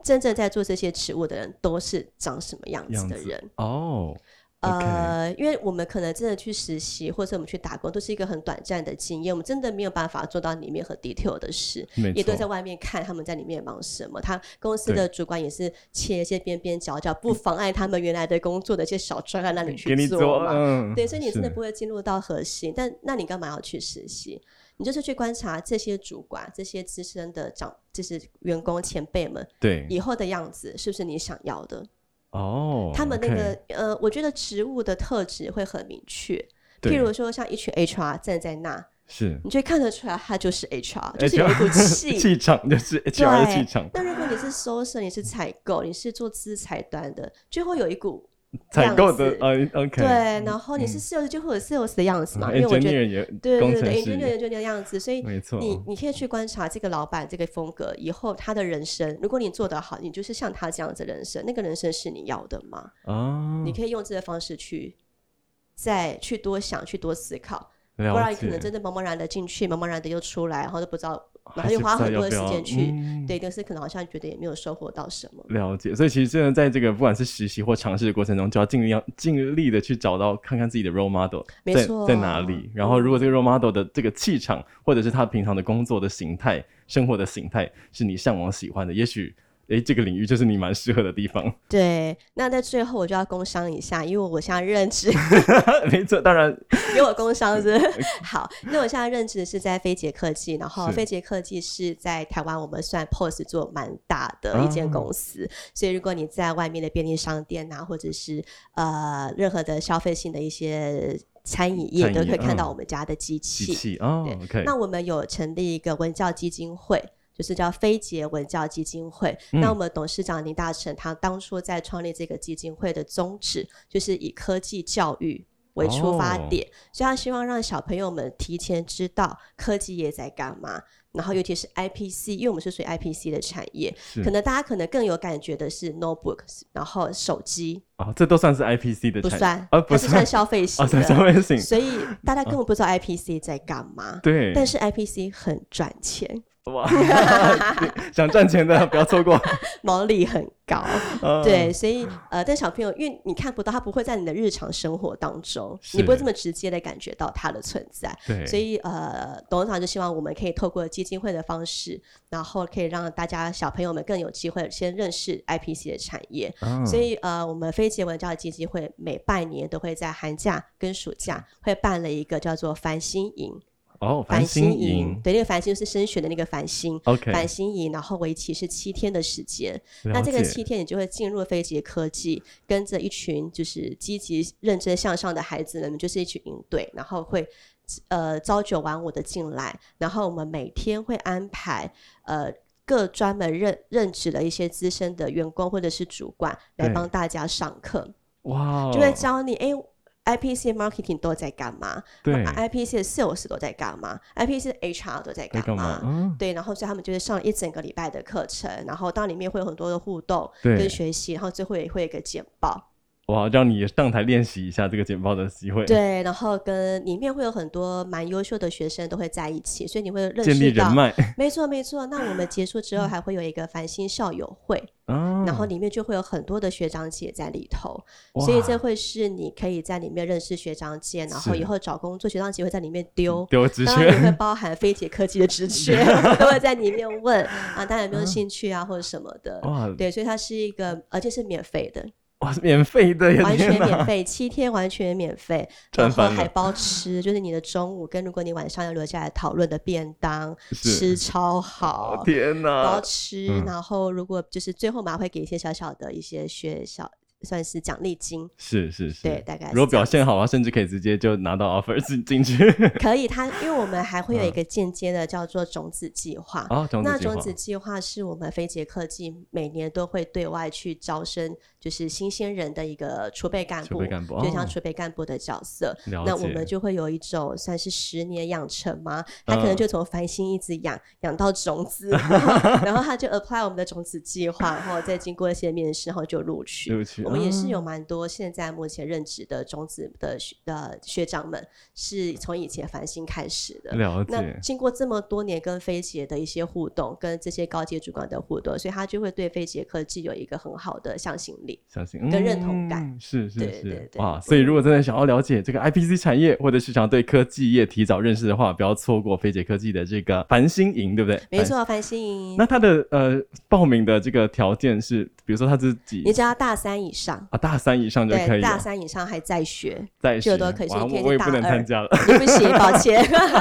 S3: 真正在做这些职务的人都是长什么样子
S1: 样
S3: 的
S1: 子
S3: 人，
S1: 哦，OK
S3: 呃，因为我们可能真的去实习或者我们去打工，都是一个很短暂的经验，我们真的没有办法做到里面很 detail 的事，
S1: 没
S3: 也都
S1: 错，
S3: 在外面看他们在里面忙什么。他公司
S1: 对
S3: 的主管也是切一些边边角角，不妨碍他们原来的工作的一些小专案让你
S1: 给
S3: 去
S1: 你
S3: 做嘛。
S1: 嗯，
S3: 对，所以你真的
S1: 是
S3: 不会进入到核心，但那你干嘛要去实习？你就是去观察这些主管、这些资深的长，就是员工前辈们
S1: 对
S3: 以后的样子，是不是你想要的？
S1: 哦，
S3: 他们那
S1: OK，
S3: 个呃，我觉得职务的特质会很明确。
S1: 对
S3: 譬如说，像一群 HR 站在那，
S1: 是
S3: 你就会看得出来他就是 HR，就是有一股
S1: HR
S3: 气。
S1: (laughs) 气场，就是
S3: (laughs)
S1: HR 的气场，
S3: 那如果你是 social，你是采购，你是做资采端的，就会有一股
S1: 采购的
S3: 样子
S1: 嗯 OK，
S3: 对，然后你是 sales 就会有 sales 的样子嘛，因为我觉得
S1: ，engineer 也
S3: 对
S1: 工
S3: 对
S1: 程
S3: 对
S1: 师
S3: ，engineer 就那个样子，所以
S1: 没错，
S3: 你你可以去观察这个老板这个风格以后他的人生，如果你做得好，你就是像他这样子的人生，那个人生是你要的吗？
S1: 啊，
S3: 你可以用这个方式去再去多想、去多思考，
S1: 不
S3: 不然你可能真的茫茫然的进去，茫茫然的又出来，然后都不知道，然后
S1: 是
S3: 又
S1: 不
S3: 花
S1: 知道
S3: 很
S1: 要
S3: 多的
S1: 不
S3: 时
S1: 要
S3: 间去，
S1: 嗯
S3: 对，但是可能好像觉得也没有收获到什么。
S1: 了解，所以其实真的在这个不管是实习或尝试的过程中，就要尽量尽力的去找到看看自己的 role model
S3: 没
S1: 在
S3: 错嗯
S1: 在哪里。然后，如果这个 role model 的这个气场，或者是他平常的工作的形态、生活的形态是你向往喜欢的，也许诶，这个领域就是你蛮适合的地方。 (laughs)
S3: 对，那在最后我就要工商一下，因为我现在任职，
S1: 没错，当然 (laughs)
S3: 给我工商是不是 (laughs) 好。那我现在任职是在飞捷科技，然后
S1: 是
S3: 飞捷科技是在台湾我们算 POS 做蛮大的一间公司，
S1: 哦
S3: 所以如果你在外面的便利商店啊，或者是呃任何的消费性的一些餐饮业，
S1: 餐饮
S3: 都
S1: 业
S3: 可以看到
S1: 嗯
S3: 我们家的机器。
S1: 机器哦
S3: 对
S1: ，OK，
S3: 那我们有成立一个文教基金会。就是叫非杰文教基金会。
S1: 嗯
S3: 那我们董事长林大成，他当初在创立这个基金会的宗旨，就是以科技教育为出发点，
S1: 哦
S3: 所以他希望让小朋友们提前知道科技业在干嘛。然后，尤其是 IPC，因为我们是属于 IPC 的产业，
S1: 是
S3: 可能大家可能更有感觉的是 notebook，然后手机
S1: 啊，这都算是 IPC 的
S3: 不
S1: 产
S3: 算，
S1: 啊，不
S3: 它是算
S1: 算
S3: 消费型
S1: 啊，算消
S3: 的，
S1: 费型，嗯
S3: 所以大家根本不知道 IPC 在干嘛。
S1: 对，
S3: 但是 IPC 很赚钱，
S1: 哇，想赚钱的不要错
S3: (laughs)
S1: 过，
S3: 毛利很高，
S1: 啊
S3: 对，，所以呃，但小朋友因为你看不到，他不会在你的日常生活当中，你不会
S1: 是
S3: 这么直接的感觉到它的存在，
S1: 对，
S3: 所以呃，董事长就希望我们可以透过基金会的方式，然后可以让大家小朋友们更有机会先认识 IPC 的产业，
S1: 啊
S3: 所以呃，我们非结文教育基金会每半年都会在寒假跟暑假会办了一个叫做繁星营，
S1: 哦，
S3: 繁
S1: 繁
S3: 星
S1: 星
S3: 营，
S1: 营
S3: 对，那个繁星是升学的那个繁星。
S1: ，OK，
S3: 繁星营，然后为期是七天的时间。那
S1: 了
S3: 这个
S1: 解
S3: 七天，你就会进入飞捷科技，跟着一群就是积极、认真向上的孩子们，就是一群营队，然后会呃朝九晚五的进来，然后我们每天会安排呃。各专门任任职的一些资深的员工或者是主管来
S1: 对哦
S3: 帮大家上课，
S1: 哇，
S3: 就会教你哎、IPC marketing 都在干嘛、
S1: 对
S3: i p c 的 sales 都在干嘛，IPC 的 HR 都在
S1: 在
S3: 干
S1: 干
S3: 嘛
S1: 嘛？，嗯，
S3: 对，然后所以他们就是上了一整个礼拜的课程，然后到里面会有很多的互动
S1: 对
S3: 跟学习，然后最后也会有一个简报，
S1: 哇，让你上台练习一下这个简报的机会，
S3: 对，然后跟里面会有很多蛮优秀的学生都会在一起，所以你会认
S1: 建立
S3: 识到
S1: 人，脉
S3: 没错没错。那我们结束之后还会有一个繁星校友会，
S1: 啊，
S3: 然后里面就会有很多的学长姐在里头，
S1: 哇
S3: 所以这会是你可以在里面认识学长姐，然后
S1: 是
S3: 以后找工作学长姐会在里面丢，
S1: 丢职
S3: 当然也会
S1: 缺，
S3: 包含非解科技的
S1: (laughs)
S3: 职缺，都会在里面问啊，大家有没有兴趣啊，或者什么的。
S1: 哇
S3: 对，所以它是一个，而且是免费的，
S1: 哇，是免费的耶，
S3: 完全
S1: 天哪
S3: 免费，七天完全免费，
S1: (laughs)
S3: 然
S1: 赚
S3: 后
S1: 翻
S3: 还
S1: 了，
S3: 包吃，就是你的中午跟如果你晚上要留下来讨论的便当，
S1: 是
S3: 吃超好，
S1: 天
S3: 包
S1: 哪，
S3: 吃，
S1: 嗯
S3: 然后如果就是最后嘛会给一些小小的一些学小算是奖励金，
S1: 是是是，
S3: 对，大概是
S1: 如果
S3: 这
S1: 表
S3: 样
S1: 现好啊，甚至可以直接就拿到 offer 进进去
S3: 可以，它因为我们还会
S1: 嗯
S3: 有一个间接的叫做种子计划，
S1: 啊，种
S3: 那
S1: 子计划
S3: 种子计划是我们非捷科技每年都会对外去招生，就是新鲜人的一个储备干
S1: 储
S3: 部，
S1: 备干部
S3: 就像
S1: 哦
S3: 储备干部的角色。
S1: 了
S3: 那我
S1: 解
S3: 们就会有一种算是十年养成嘛，他可能
S1: 嗯
S3: 就从繁星一直养养到种
S1: (laughs)
S3: 子，然后然后他就 apply 我们的种子计划，然后再经过一些面试，然后就录取。
S1: 录取
S3: 我们也是
S1: 啊
S3: 有蛮多现在目前任职的种子的学呃学长们，是从以前繁星开始的。
S1: 了
S3: 那
S1: 解，
S3: 经过这么多年跟飞捷的一些互动，跟这些高阶主管的互动，所以他就会对飞捷科技有一个很好的向心力。
S1: 相信
S3: 跟认同感
S1: 嗯是是
S3: 对
S1: 是，
S3: 对对
S1: 哇！所以如果真的想要了解这个 IPC 产业，或者是想对科技业提早认识的话，不要错过飞捷科技的这个繁星营，对不对？
S3: 没
S1: 繁。
S3: 错，繁星，
S1: 那它的呃报名的这个条件是，比如说它是几
S3: 你只要大三以上，
S1: 啊大三以上就可
S3: 对，
S1: 以哦
S3: 大
S1: 了，
S3: 三以上还在学，
S1: 在
S3: 就
S1: 学
S3: 都可以所以
S1: 哇
S3: 你可
S1: 我
S3: 以是
S1: 我也不
S3: 大
S1: 能
S3: 二
S1: 参加
S3: (laughs)
S1: 了，
S3: 对不起，抱歉。 (laughs)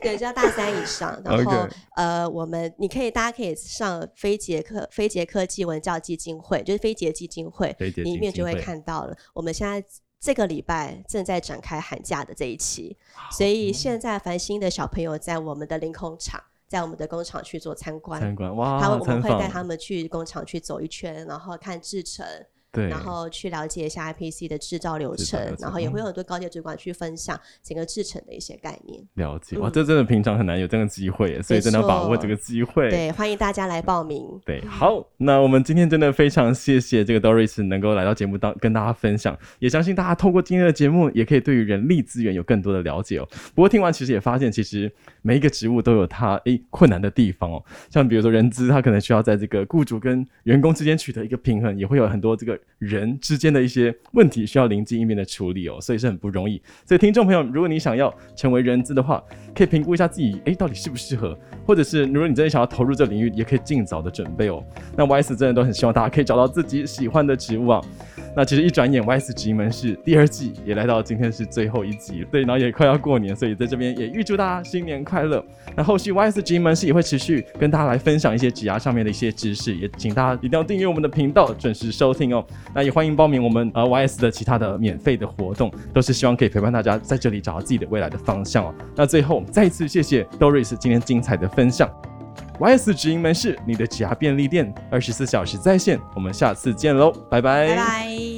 S3: 对，只要大三以上，然后
S1: OK
S3: 呃，我们你可以大家可以上非捷科非捷科技文教基金会，就是非捷基金会
S1: 非捷基金会
S3: 里面就会看到了。我们现在这个礼拜正在展开寒假的这一期，
S1: 啊
S3: 所
S1: 哦
S3: 以现在繁星的小朋友在我们的领空场，在我们的工厂去做参观
S1: 参。观哇，
S3: 他我们
S1: 参
S3: 会
S1: 访
S3: 带他们去工厂去走一圈，然后看制成，
S1: 对，
S3: 然后去了解一下 IPC 的制造流
S1: 制造
S3: 程，
S1: 流
S3: 然
S1: 程
S3: 后也会
S1: 嗯
S3: 有很多高级主管去分享整个制成的一些概念。
S1: 了解哇，
S3: 嗯
S1: 这真的平常很难有这样的机会耶，所以真的要把握这个机会。
S3: 对，欢迎大家来报名。
S1: 对，好，那我们今天真的非常谢谢这个 Doris 能够来到节目当跟大家分享，也相信大家透过今天的节目，也可以对于人力资源有更多的了解哦。不过听完其实也发现，其实每一个职务都有它诶困难的地方哦，像比如说人资，它可能需要在这个雇主跟员工之间取得一个平衡，也会有很多这个人之间的一些问题需要灵机应变的处理哦，所以是很不容易。所以听众朋友，如果你想要成为人资的话，可以评估一下自己，诶，到底适不适合，或者是如果你真的想要投入这领域，也可以尽早的准备哦。那 YS 真的都很希望大家可以找到自己喜欢的职务啊。那其实一转眼，YS 直门是第二季也来到今天是最后一集，对，然后也快要过年，所以在这边也预祝大家新年快乐。那后续 YS 直门是也会持续跟大家来分享一些职涯上面的一些知识，也请大家一定要订阅我们的频道，准时收听哦。那也欢迎报名我们呃 YS 的其他的免费的活动，都是希望可以陪伴大家在这里找到自己的未来的方向哦。那最后，我们再一次谢谢 Doris 今天精彩的分享。YS 直营门市，你的指压便利店，二十四小时在线。我们下次见喽，拜
S3: 拜拜。